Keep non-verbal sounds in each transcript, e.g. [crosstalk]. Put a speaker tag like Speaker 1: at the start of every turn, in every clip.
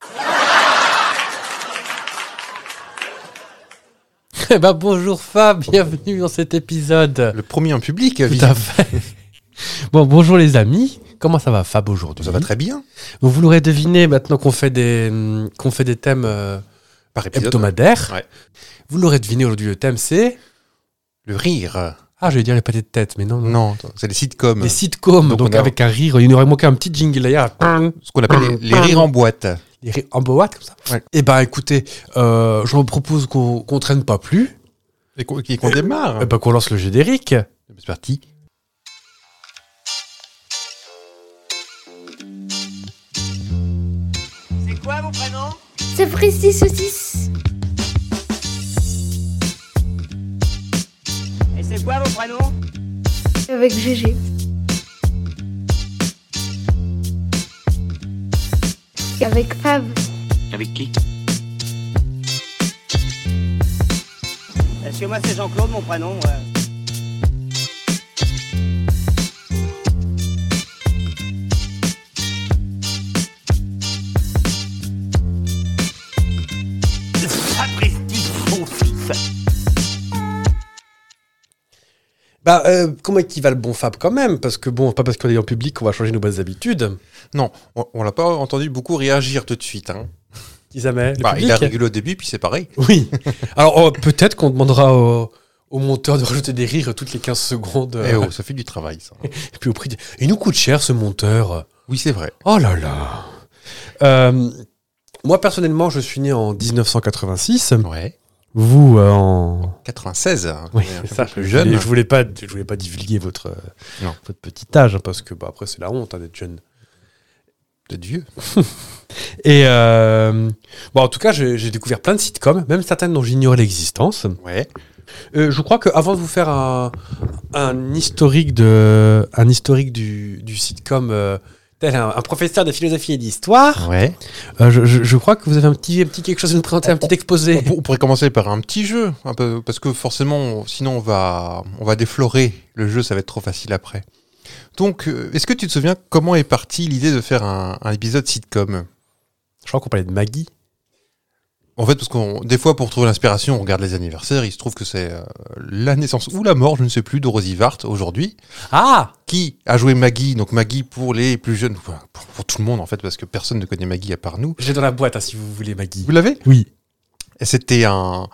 Speaker 1: [laughs] Eh ben, bonjour Fab, bienvenue dans cet épisode.
Speaker 2: Le premier en public,
Speaker 1: Tout
Speaker 2: visiblement.
Speaker 1: à fait. [laughs] Bon, bonjour les amis. Comment ça va Fab aujourd'hui
Speaker 2: ça va très bien.
Speaker 1: Vous vous l'aurez deviné maintenant qu'on fait des hum, qu'on fait des thèmes euh,
Speaker 2: Par épisode,
Speaker 1: hebdomadaires.
Speaker 2: Ouais.
Speaker 1: Vous l'aurez deviné aujourd'hui le thème c'est
Speaker 2: le rire.
Speaker 1: ah je vais dire les pâtés de tête mais non non.
Speaker 2: Non, c'est les sitcoms.
Speaker 1: Mmh. Les sitcoms
Speaker 2: Donc,
Speaker 1: donc
Speaker 2: on a-
Speaker 1: avec un rire il nous aurait manqué un petit jingle d'ailleurs.
Speaker 2: Ce qu'on appelle les, les rires en boîte.
Speaker 1: Les rires en boîte comme ça.
Speaker 2: Ouais.
Speaker 1: Eh ben écoutez euh, je vous propose qu'on qu'on traîne pas plus
Speaker 2: Et qu'on et qu'on démarre.
Speaker 1: eh ben, qu'on lance le générique.
Speaker 2: Euh, bah, C'est parti.
Speaker 3: C'est quoi vos prénoms
Speaker 4: C'est Fristy Saucisse.
Speaker 3: Et c'est quoi vos prénoms
Speaker 4: Avec GG. Avec Fab.
Speaker 3: Avec qui Parce que moi c'est Jean-Claude mon prénom. ouais.
Speaker 1: Bah euh, comment est-ce qu'il va le bon Fab quand même parce que bon pas parce qu'on est en public qu'on va changer nos bonnes habitudes.
Speaker 2: Non, on, on l'a pas entendu beaucoup réagir tout de suite. hein.
Speaker 1: Qui ça met, le
Speaker 2: Bah, il a
Speaker 1: public
Speaker 2: rigolé au début, puis c'est pareil.
Speaker 1: [laughs] Oui. Alors euh, peut-être qu'on demandera au, au monteur de rajouter des rires toutes les 15 secondes. euh,
Speaker 2: Eh oh, ça fait du travail,
Speaker 1: [laughs]
Speaker 2: ça.
Speaker 1: Et puis au prix. de- Il nous coûte cher ce monteur.
Speaker 2: Oui, c'est vrai.
Speaker 1: Oh là là. Euh, moi personnellement, je suis né en 1986.
Speaker 2: Ouais.
Speaker 1: Vous euh, en.
Speaker 2: 96. hein.
Speaker 1: Oui,
Speaker 2: On est un
Speaker 1: c'est
Speaker 2: peu
Speaker 1: ça.
Speaker 2: plus
Speaker 1: Je voulais,
Speaker 2: jeune.
Speaker 1: je voulais pas, je voulais pas divulguer votre, euh,
Speaker 2: Non.
Speaker 1: votre petit âge hein, parce que bah, après c'est la honte hein, d'être jeune.
Speaker 2: De Dieu.
Speaker 1: [laughs] Et euh, bon, en tout cas, j'ai j'ai découvert plein de sitcoms, même certaines dont j'ignorais l'existence.
Speaker 2: Ouais.
Speaker 1: Euh, je crois qu'avant de vous faire un, un historique, de, un historique du, du sitcom, euh, tel un, un professeur de philosophie et d'histoire,
Speaker 2: Ouais.
Speaker 1: euh, je, je- je crois que vous avez un petit, un petit quelque chose à nous présenter, un petit [laughs]
Speaker 2: On,
Speaker 1: exposé.
Speaker 2: pour- on pourrait commencer par un petit jeu, un peu, parce que forcément, on- sinon on va, on va déflorer le jeu, ça va être trop facile après. Donc, euh, est-ce que tu te souviens comment est partie l'idée de faire un, un épisode sitcom
Speaker 1: Je crois qu'on parlait de Maggie.
Speaker 2: En fait, parce qu'on, des fois, pour trouver l'inspiration, on regarde les anniversaires. Il se trouve que c'est euh, la naissance ou la mort, je ne sais plus, de Rosie Vart aujourd'hui,
Speaker 1: Ah
Speaker 2: qui a joué Maggie. Donc Maggie pour les plus jeunes, enfin, pour, pour tout le monde en fait, parce que personne ne connaît Maggie à part nous.
Speaker 1: J'ai dans la boîte, hein, si vous voulez, Maggie.
Speaker 2: Vous l'avez
Speaker 1: Oui.
Speaker 2: Et C'était un,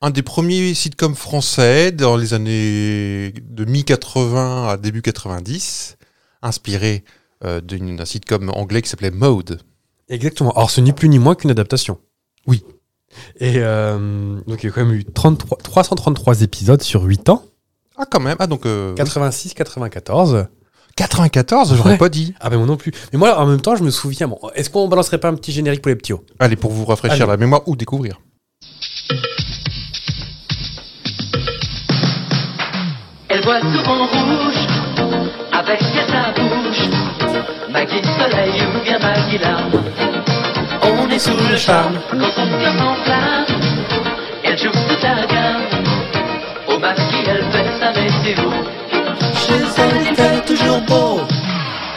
Speaker 2: un des premiers sitcoms français dans les années de mi-80 à début 90, inspiré euh, d'une- d'un sitcom anglais qui s'appelait Mode.
Speaker 1: Exactement. Or, ce n'est plus ni moins qu'une adaptation.
Speaker 2: Oui.
Speaker 1: Et euh, donc, il y a quand même eu 33, 333 épisodes sur 8 ans.
Speaker 2: Ah, quand même. Ah, donc. euh,
Speaker 1: 86, 94.
Speaker 2: 94, j'aurais
Speaker 1: Ouais.
Speaker 2: pas dit.
Speaker 1: Ah ben moi non plus. Mais moi, en même temps, je me souviens. Bon, Est-ce qu'on balancerait pas un petit générique pour les petits hauts
Speaker 2: Allez, pour vous rafraîchir
Speaker 1: Allez.
Speaker 2: la mémoire ou découvrir.
Speaker 5: Elle voit tout en rouge, avec sa bouche. Maggie soleil ou bien Maggie larme. On est sous le charme, quand son cœur s'enflamme. Elle joue toute la gamme. Au maquis, elle fait sa météo. Chez elle, il fait toujours beau.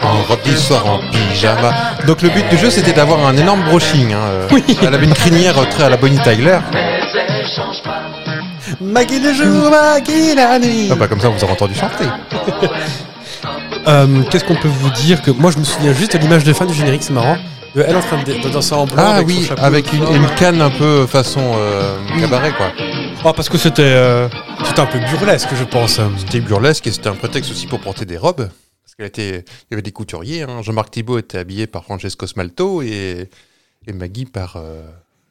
Speaker 2: En robe du soir, en pyjama. Donc, le but du jeu, c'était d'avoir un énorme brushing. hein, euh, Elle avait une crinière euh, très à la Bonnie Tyler.
Speaker 5: Mais elle change pas.
Speaker 1: Maggie le jour, Maggie la nuit.
Speaker 2: Ah, bah, comme ça, on vous aura entendu chanter.
Speaker 1: Euh, Qu'est-ce qu'on peut vous dire que moi je me souviens juste de l'image de fin du générique, c'est marrant. De elle en train de, de danser en blanc.
Speaker 2: Ah,
Speaker 1: avec son
Speaker 2: oui,
Speaker 1: chapeau
Speaker 2: avec une,
Speaker 1: de fleurs.
Speaker 2: une canne un peu façon euh, cabaret, quoi.
Speaker 1: Oh parce que c'était euh, c'était un peu burlesque, je pense.
Speaker 2: C'était burlesque et c'était un prétexte aussi pour porter des robes. Parce qu'elle était, il y avait des couturiers. hein. Jean-Marc Thibault était habillé par Francesco Smalto et, et Maggie par euh,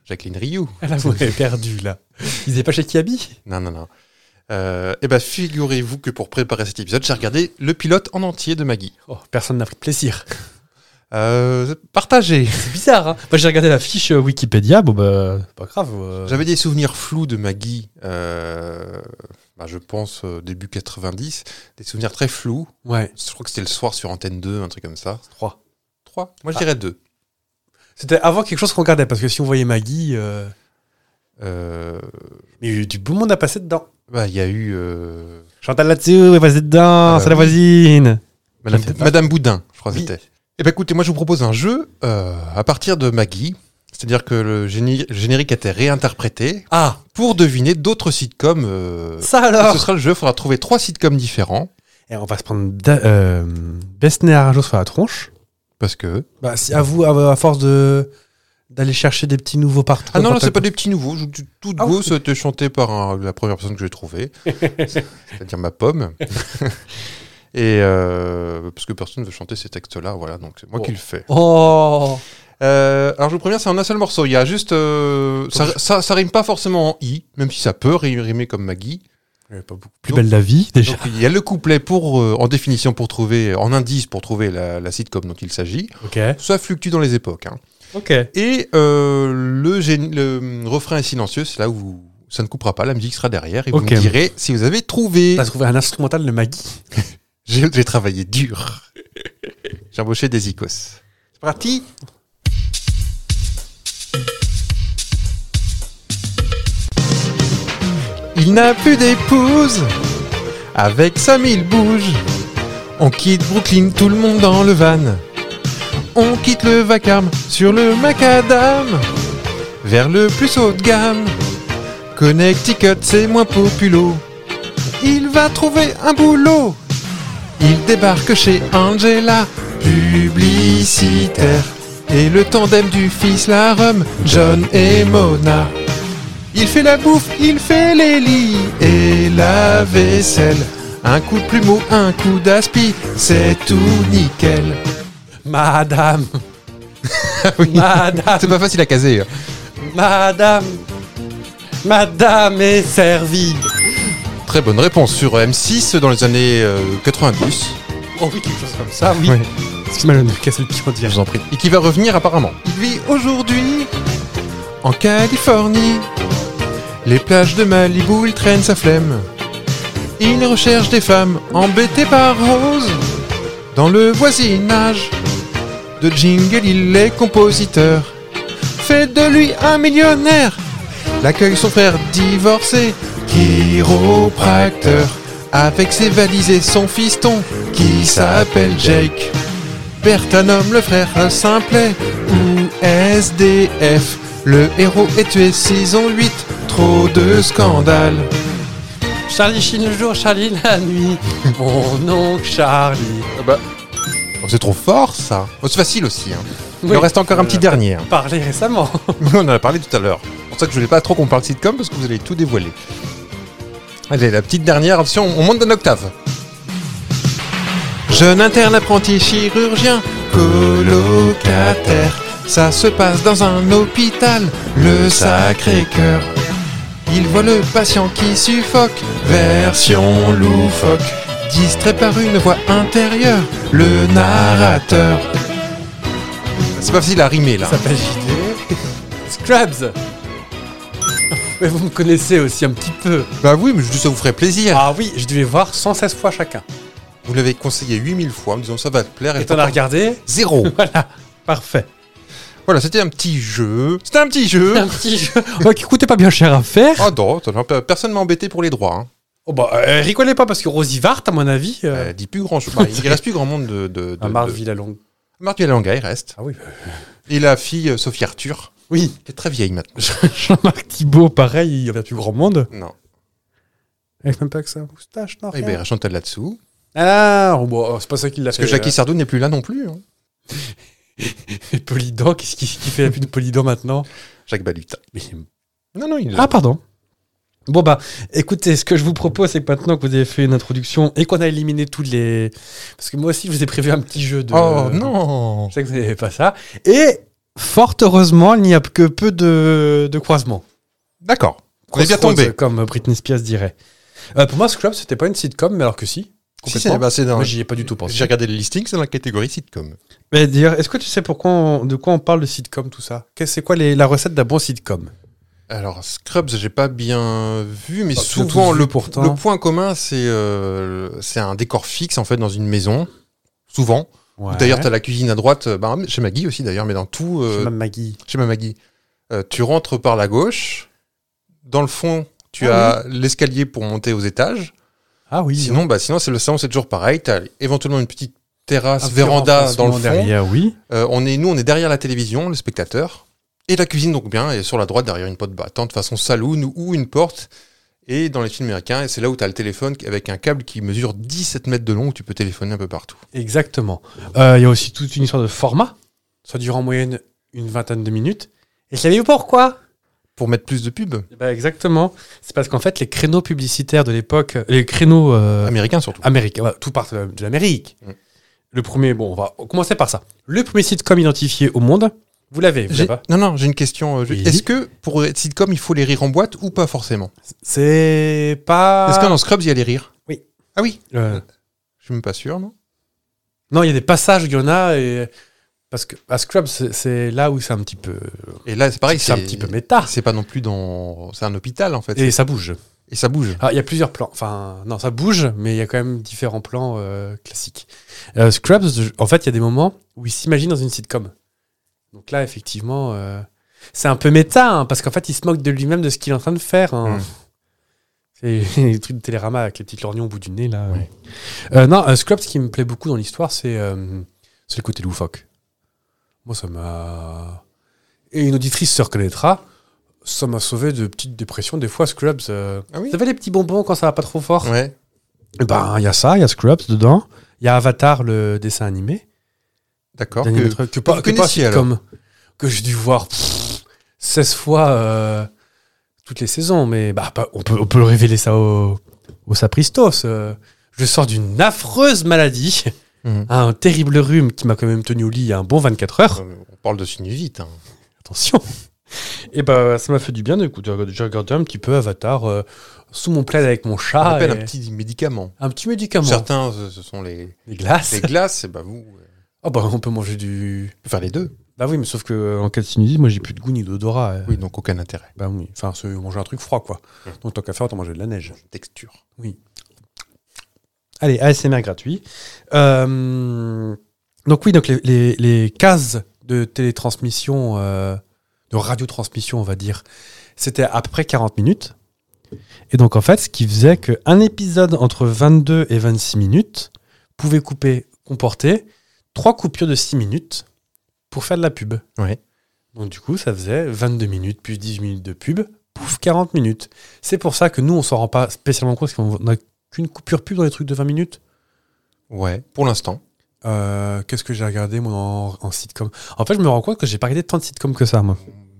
Speaker 2: Jacqueline
Speaker 1: [laughs]
Speaker 2: Rioux.
Speaker 1: Elle a est perdu là. Ils n'étaient pas chez Kiabi
Speaker 2: Non, non, non. et ben figurez-vous que pour préparer cet épisode, j'ai regardé le pilote en entier de Maggie.
Speaker 1: Oh, personne n'a pris de plaisir.
Speaker 2: Euh, partagé.
Speaker 1: C'est bizarre. Hein Moi j'ai regardé la fiche euh, Wikipédia. Bon bah c'est pas grave. euh.
Speaker 2: J'avais des souvenirs flous de Maggie, euh, bah, je pense euh, début 90, des souvenirs très flous.
Speaker 1: Ouais.
Speaker 2: Je crois que c'était le soir sur Antenne 2, un truc comme ça.
Speaker 1: Trois.
Speaker 2: 3 Moi je
Speaker 1: Ah.
Speaker 2: dirais 2.
Speaker 1: C'était avant quelque chose qu'on regardait parce que si on voyait Maggie, euh,
Speaker 2: Euh,
Speaker 1: mais il y a eu du beau monde à passer dedans.
Speaker 2: Bah, il y a eu euh,
Speaker 1: Chantal là-dessus, est passée dedans,
Speaker 2: Ah,
Speaker 1: c'est la
Speaker 2: oui.
Speaker 1: voisine.
Speaker 2: Madame,
Speaker 1: Je ne sais pas.
Speaker 2: Madame Boudin, je crois que
Speaker 1: Oui.
Speaker 2: c'était. Eh ben écoutez, moi je vous propose un jeu euh, à partir de Maggie. C'est-à-dire que le génie- générique a été réinterprété
Speaker 1: Ah,
Speaker 2: pour deviner d'autres sitcoms. euh,
Speaker 1: ça
Speaker 2: et
Speaker 1: alors
Speaker 2: ce sera le jeu, il faudra trouver trois sitcoms différents.
Speaker 1: Et on va se prendre da- euh, Besnay Arajos sur la tronche.
Speaker 2: Parce que.
Speaker 1: Bah, si, à vous, à, à force de d'aller chercher des petits nouveaux partout.
Speaker 2: Ah non, non, c'est pas
Speaker 1: du
Speaker 2: des petits nouveaux. Je- tu- Tout de
Speaker 1: Ah oui.
Speaker 2: go, c'était chanté par un- la première personne que j'ai [laughs] trouvée, c'est-à-dire ma [laughs] pomme. Et euh, parce que personne ne veut chanter ces textes-là, voilà, donc c'est moi
Speaker 1: Oh.
Speaker 2: qui le fais.
Speaker 1: Oh
Speaker 2: Euh, alors je vous préviens, c'est en un seul morceau. Il y a juste, euh, ça, ça, ça rime pas forcément en i, même si ça peut ri- rimer comme Maggie.
Speaker 1: Plus belle la vie, déjà.
Speaker 2: Donc il y a le couplet pour, euh, en définition pour trouver, en indice pour trouver la, la sitcom dont il s'agit.
Speaker 1: Ok.
Speaker 2: Ça fluctue dans les époques. hein.
Speaker 1: Ok.
Speaker 2: Et euh, le, gén- le hum, refrain est silencieux, c'est là où vous- ça ne coupera pas, la musique sera derrière et
Speaker 1: Ok.
Speaker 2: vous me direz si vous avez trouvé.
Speaker 1: T'as trouvé un instrumental de Maggie
Speaker 2: J'ai j'ai travaillé dur. J'ai embauché des icos. C'est parti Il n'a plus d'épouse Avec Sam il bouge On quitte Brooklyn, tout le monde dans le van On quitte le vacarme sur le macadam Vers le plus haut de gamme Connecticut c'est moins populo Il va trouver un boulot il débarque chez Angela, publicitaire. Et le tandem du fils la rhum, John et Mona. Il fait la bouffe, il fait les lits et la vaisselle. Un coup de plumeau, un coup d'aspi, c'est tout [laughs] nickel.
Speaker 1: Madame
Speaker 2: Ah [laughs] Oui.
Speaker 1: Madame
Speaker 2: C'est pas facile à caser. hein.
Speaker 1: Madame Madame est servie
Speaker 2: Très bonne réponse sur M6 dans les années euh, 90.
Speaker 1: Oh oui, quelque chose comme ça, oui.
Speaker 2: Ouais.
Speaker 1: Excuse-moi, je viens de casser le pied en
Speaker 2: Je
Speaker 1: direct.
Speaker 2: vous en prie. Et qui va revenir apparemment. Il vit aujourd'hui en Californie. Les plages de Malibu, il traîne sa flemme. Il recherche des femmes embêtées par Rose. Dans le voisinage de Jingle, il est compositeur. Fait de lui un millionnaire. L'accueille son frère divorcé, chiropracteur. Avec ses valises et son fiston, qui s'appelle Jake. Bertanum, le frère un simplet ou SDF. Le héros est tué saison 8, trop de scandales.
Speaker 1: Charlie Sheen le jour, Charlie la [laughs] nuit. Mon oncle Charlie.
Speaker 2: Oh, c'est trop fort ça. Oh, c'est facile aussi. hein. Il
Speaker 1: Oui.
Speaker 2: en reste encore un petit
Speaker 1: Euh.
Speaker 2: dernier. hein.
Speaker 1: Parlé [laughs] récemment.
Speaker 2: [laughs] On en a parlé tout à l'heure. C'est pour ça que je voulais pas trop qu'on parle sitcom parce que vous allez tout dévoiler. Allez, la petite dernière option, on monte d'un octave. Jeune interne apprenti chirurgien, colocataire, ça se passe dans un hôpital, le Sacré-Cœur. Il voit le patient qui suffoque, version loufoque, distrait par une voix intérieure, le narrateur. C'est pas facile à rimer là.
Speaker 1: Ça s'appelle JD. Scrabs Mais vous me connaissez aussi un petit peu.
Speaker 2: Bah oui, mais je dis ça vous ferait plaisir.
Speaker 1: Ah oui, je devais voir 116 fois chacun.
Speaker 2: Vous l'avez conseillé 8000 fois en me disant ça va te plaire.
Speaker 1: Et t'en as regardé
Speaker 2: [laughs] Zéro.
Speaker 1: Voilà, parfait.
Speaker 2: voilà, c'était un petit jeu. C'était un petit
Speaker 1: [laughs]
Speaker 2: jeu. [laughs]
Speaker 1: Un petit jeu ouais, qui coûtait pas bien cher à faire.
Speaker 2: Ah non, t'en as pas- personne m'a embêté pour les droits. hein.
Speaker 1: Oh bah, euh, rigolez pas parce que Rosie Vart, à mon avis. Euh...
Speaker 2: Euh, dis plus grand chose. Bah, il reste plus grand monde de. de, [laughs] de
Speaker 1: à Marthe Villalongue.
Speaker 2: Marthe Villalonga, il reste.
Speaker 1: Ah oui.
Speaker 2: Et la fille euh, Sophie Arthur,
Speaker 1: Oui.
Speaker 2: qui est très vieille maintenant.
Speaker 1: [laughs] Jean-Marc Thibault, pareil, il y avait plus grand monde.
Speaker 2: Non.
Speaker 1: Avec même pas que ça, moustache, non
Speaker 2: Eh ben, Chantal là-dessous.
Speaker 1: Ah, bon, euh, c'est pas ça qui l'a
Speaker 2: Parce
Speaker 1: fait.
Speaker 2: que Jackie
Speaker 1: euh,
Speaker 2: Sardou n'est plus là non plus. hein.
Speaker 1: [laughs] Et Polydor, euh, qu'est-ce qui, qui fait la pub de Polydor maintenant
Speaker 2: Jacques Baluta.
Speaker 1: Mais-
Speaker 2: Non, non, il est là.
Speaker 1: Ah, pardon. Bon, bah, écoutez, ce que je vous propose, c'est que maintenant que vous avez fait une introduction et qu'on a éliminé tous les. Parce que moi aussi, je vous ai prévu un petit jeu de.
Speaker 2: Oh non
Speaker 1: Je sais que vous n'avez pas ça. Et fort heureusement, il n'y a que peu de, de croisements.
Speaker 2: D'accord. On est bien
Speaker 1: Crossroads,
Speaker 2: tombé.
Speaker 1: Comme Britney Spears dirait. Euh, pour moi, Scrubs, c'était pas une sitcom, mais alors que si.
Speaker 2: Si,
Speaker 1: Complètement.
Speaker 2: c'est- bah, c'est dans-
Speaker 1: Moi, j'y ai pas du tout
Speaker 2: J'ai
Speaker 1: pensé.
Speaker 2: regardé le listing, c'est dans la catégorie sitcom.
Speaker 1: Mais d'ailleurs, est-ce que tu sais pourquoi on- de quoi on parle de sitcom, tout ça Qu'est- C'est quoi les- la recette d'un bon
Speaker 2: Ah,
Speaker 1: sitcom
Speaker 2: Alors, Scrubs, j'ai pas bien vu, mais
Speaker 1: Bah, tu l'as
Speaker 2: souvent,
Speaker 1: tous vu
Speaker 2: le,
Speaker 1: pourtant.
Speaker 2: le point commun, c'est euh, le- c'est un décor fixe, en fait, dans une maison. Souvent. Ou D'ailleurs, t'as la cuisine à droite, euh, bah, chez Maggie aussi, d'ailleurs, mais dans tout, euh,
Speaker 1: Chez Mme Maggie.
Speaker 2: chez ma Maggie. Euh, tu rentres par la gauche. Dans le fond, tu
Speaker 1: Ah
Speaker 2: as l'escalier pour monter aux étages.
Speaker 1: Ah oui.
Speaker 2: Sinon, bah, sinon c'est le salon, c'est toujours pareil. T'as éventuellement une petite terrasse,
Speaker 1: Un
Speaker 2: véranda dans
Speaker 1: souvent
Speaker 2: le fond.
Speaker 1: Ah, Derrière, oui.
Speaker 2: Euh, on est, nous, on est derrière la télévision, le spectateur. Et la cuisine, donc bien, est sur la droite derrière une porte battante, façon saloon ou une porte. Et dans les films américains, et c'est là où tu as le téléphone avec un câble qui mesure 17 mètres de long où tu peux téléphoner un peu partout.
Speaker 1: Exactement. Euh, Il y a aussi toute une histoire de format. Ça dure en moyenne une vingtaine de minutes. Et savez-vous pourquoi
Speaker 2: Pour mettre plus de pubs,
Speaker 1: Eh ben, Exactement. C'est parce qu'en fait, les créneaux publicitaires de l'époque, les créneaux euh,
Speaker 2: américains surtout.
Speaker 1: américains, voilà, tout part de l'Amérique.
Speaker 2: Mm.
Speaker 1: Le premier, bon, on va commencer par ça. Le premier sitcom identifié au monde, vous l'avez, vous
Speaker 2: J'ai-
Speaker 1: l'avez pas
Speaker 2: non, non, j'ai une question. euh, je-
Speaker 1: Oui.
Speaker 2: Est-ce que pour être sitcom, il faut les rires en boîte ou pas forcément
Speaker 1: C'est pas.
Speaker 2: Est-ce que dans Scrubs, il y a les rires
Speaker 1: Oui.
Speaker 2: Ah oui
Speaker 1: Euh,
Speaker 2: Je suis même pas sûr, non
Speaker 1: Non, il y a des passages, où il y en a. Et... Parce que à Scrubs, c'est c'est là où c'est un petit peu.
Speaker 2: Et là, c'est pareil,
Speaker 1: c'est un petit peu méta.
Speaker 2: C'est pas non plus dans. C'est un hôpital en fait. Et,
Speaker 1: Et ça bouge.
Speaker 2: ça bouge.
Speaker 1: Ah, il y a plusieurs plans. Enfin, non, ça bouge, mais il y a quand même différents plans euh, classiques. Euh, Scrubs, je- en fait, il y a des moments où il s'imagine dans une sitcom. Donc là, effectivement, euh, c'est un peu méta, hein, parce qu'en fait, il se moque de lui-même de ce qu'il est en train de faire. hein.
Speaker 2: Mm.
Speaker 1: C'est [laughs] les trucs de Télérama avec les petites lorgnons au bout du nez, là.
Speaker 2: Ouais.
Speaker 1: Euh, non, euh, Scrubs, ce qui me plaît beaucoup dans l'histoire, c'est euh, c'est le côté loufoque. Moi, ça m'a. Et une auditrice se reconnaîtra. Ça m'a sauvé de petites dépressions. Des fois, Scrubs. euh,
Speaker 2: Ah oui
Speaker 1: vous savez les petits bonbons quand ça va pas trop fort
Speaker 2: Ouais.
Speaker 1: Eh Ben il y a ça, il y a Scrubs dedans, il y a Avatar le dessin animé,
Speaker 2: D'accord.
Speaker 1: Dernier
Speaker 2: que-
Speaker 1: truc que, pas,
Speaker 2: vous
Speaker 1: que pas
Speaker 2: connaissiez, alors
Speaker 1: sitcom, que j'ai dû voir pff, 16 fois euh, toutes les saisons, mais bah pas- on peut on peut le révéler ça au, au sapristos. euh. je sors d'une affreuse maladie,
Speaker 2: Mhm.
Speaker 1: un terrible rhume qui m'a quand même tenu au lit il y a un bon 24 heures.
Speaker 2: Euh, On parle de sinusite. hein.
Speaker 1: Attention. [laughs] Et ben ça m'a fait du bien. Écoute, j'ai regardé un petit peu Avatar euh, sous mon plaid avec mon
Speaker 2: On
Speaker 1: chat.
Speaker 2: appelle
Speaker 1: et-
Speaker 2: un petit médicament.
Speaker 1: un petit médicament.
Speaker 2: Certains, ce ce sont les,
Speaker 1: Des glaces. [laughs]
Speaker 2: les glaces. Et bah vous, euh, vous
Speaker 1: Ah bah on peut manger du.
Speaker 2: pouvez faire les deux.
Speaker 1: Bah oui, mais sauf que euh, en cas de sinusite, moi j'ai plus de goût ni d'odorat. euh.
Speaker 2: Oui, donc aucun intérêt.
Speaker 1: Bah oui. Enfin, c'est manger un truc froid quoi.
Speaker 2: Mm.
Speaker 1: Donc tant qu'à faire, autant manger de la neige.
Speaker 2: Texture.
Speaker 1: Allez, ASMR gratuit. Euh, Donc oui, donc les, les- les cases de télétransmission, euh, de radiotransmission, on va dire, c'était à peu près 40 minutes. Et donc en fait, ce qui faisait qu'un épisode entre 22 et 26 minutes pouvait couper, comporter trois coupures de 6 minutes pour faire de la pub.
Speaker 2: Ouais.
Speaker 1: Donc du coup, ça faisait 22 minutes plus 10 minutes de pub, pouf, 40 minutes. C'est pour ça que nous, on s'en rend pas spécialement compte parce qu'on n'a qu'une coupure pub dans les trucs de 20 minutes.
Speaker 2: Ouais, pour l'instant.
Speaker 1: Euh, qu'est-ce que j'ai regardé moi en, en sitcom En fait, je me rends compte que j'ai pas regardé tant de sitcoms que ça, moi.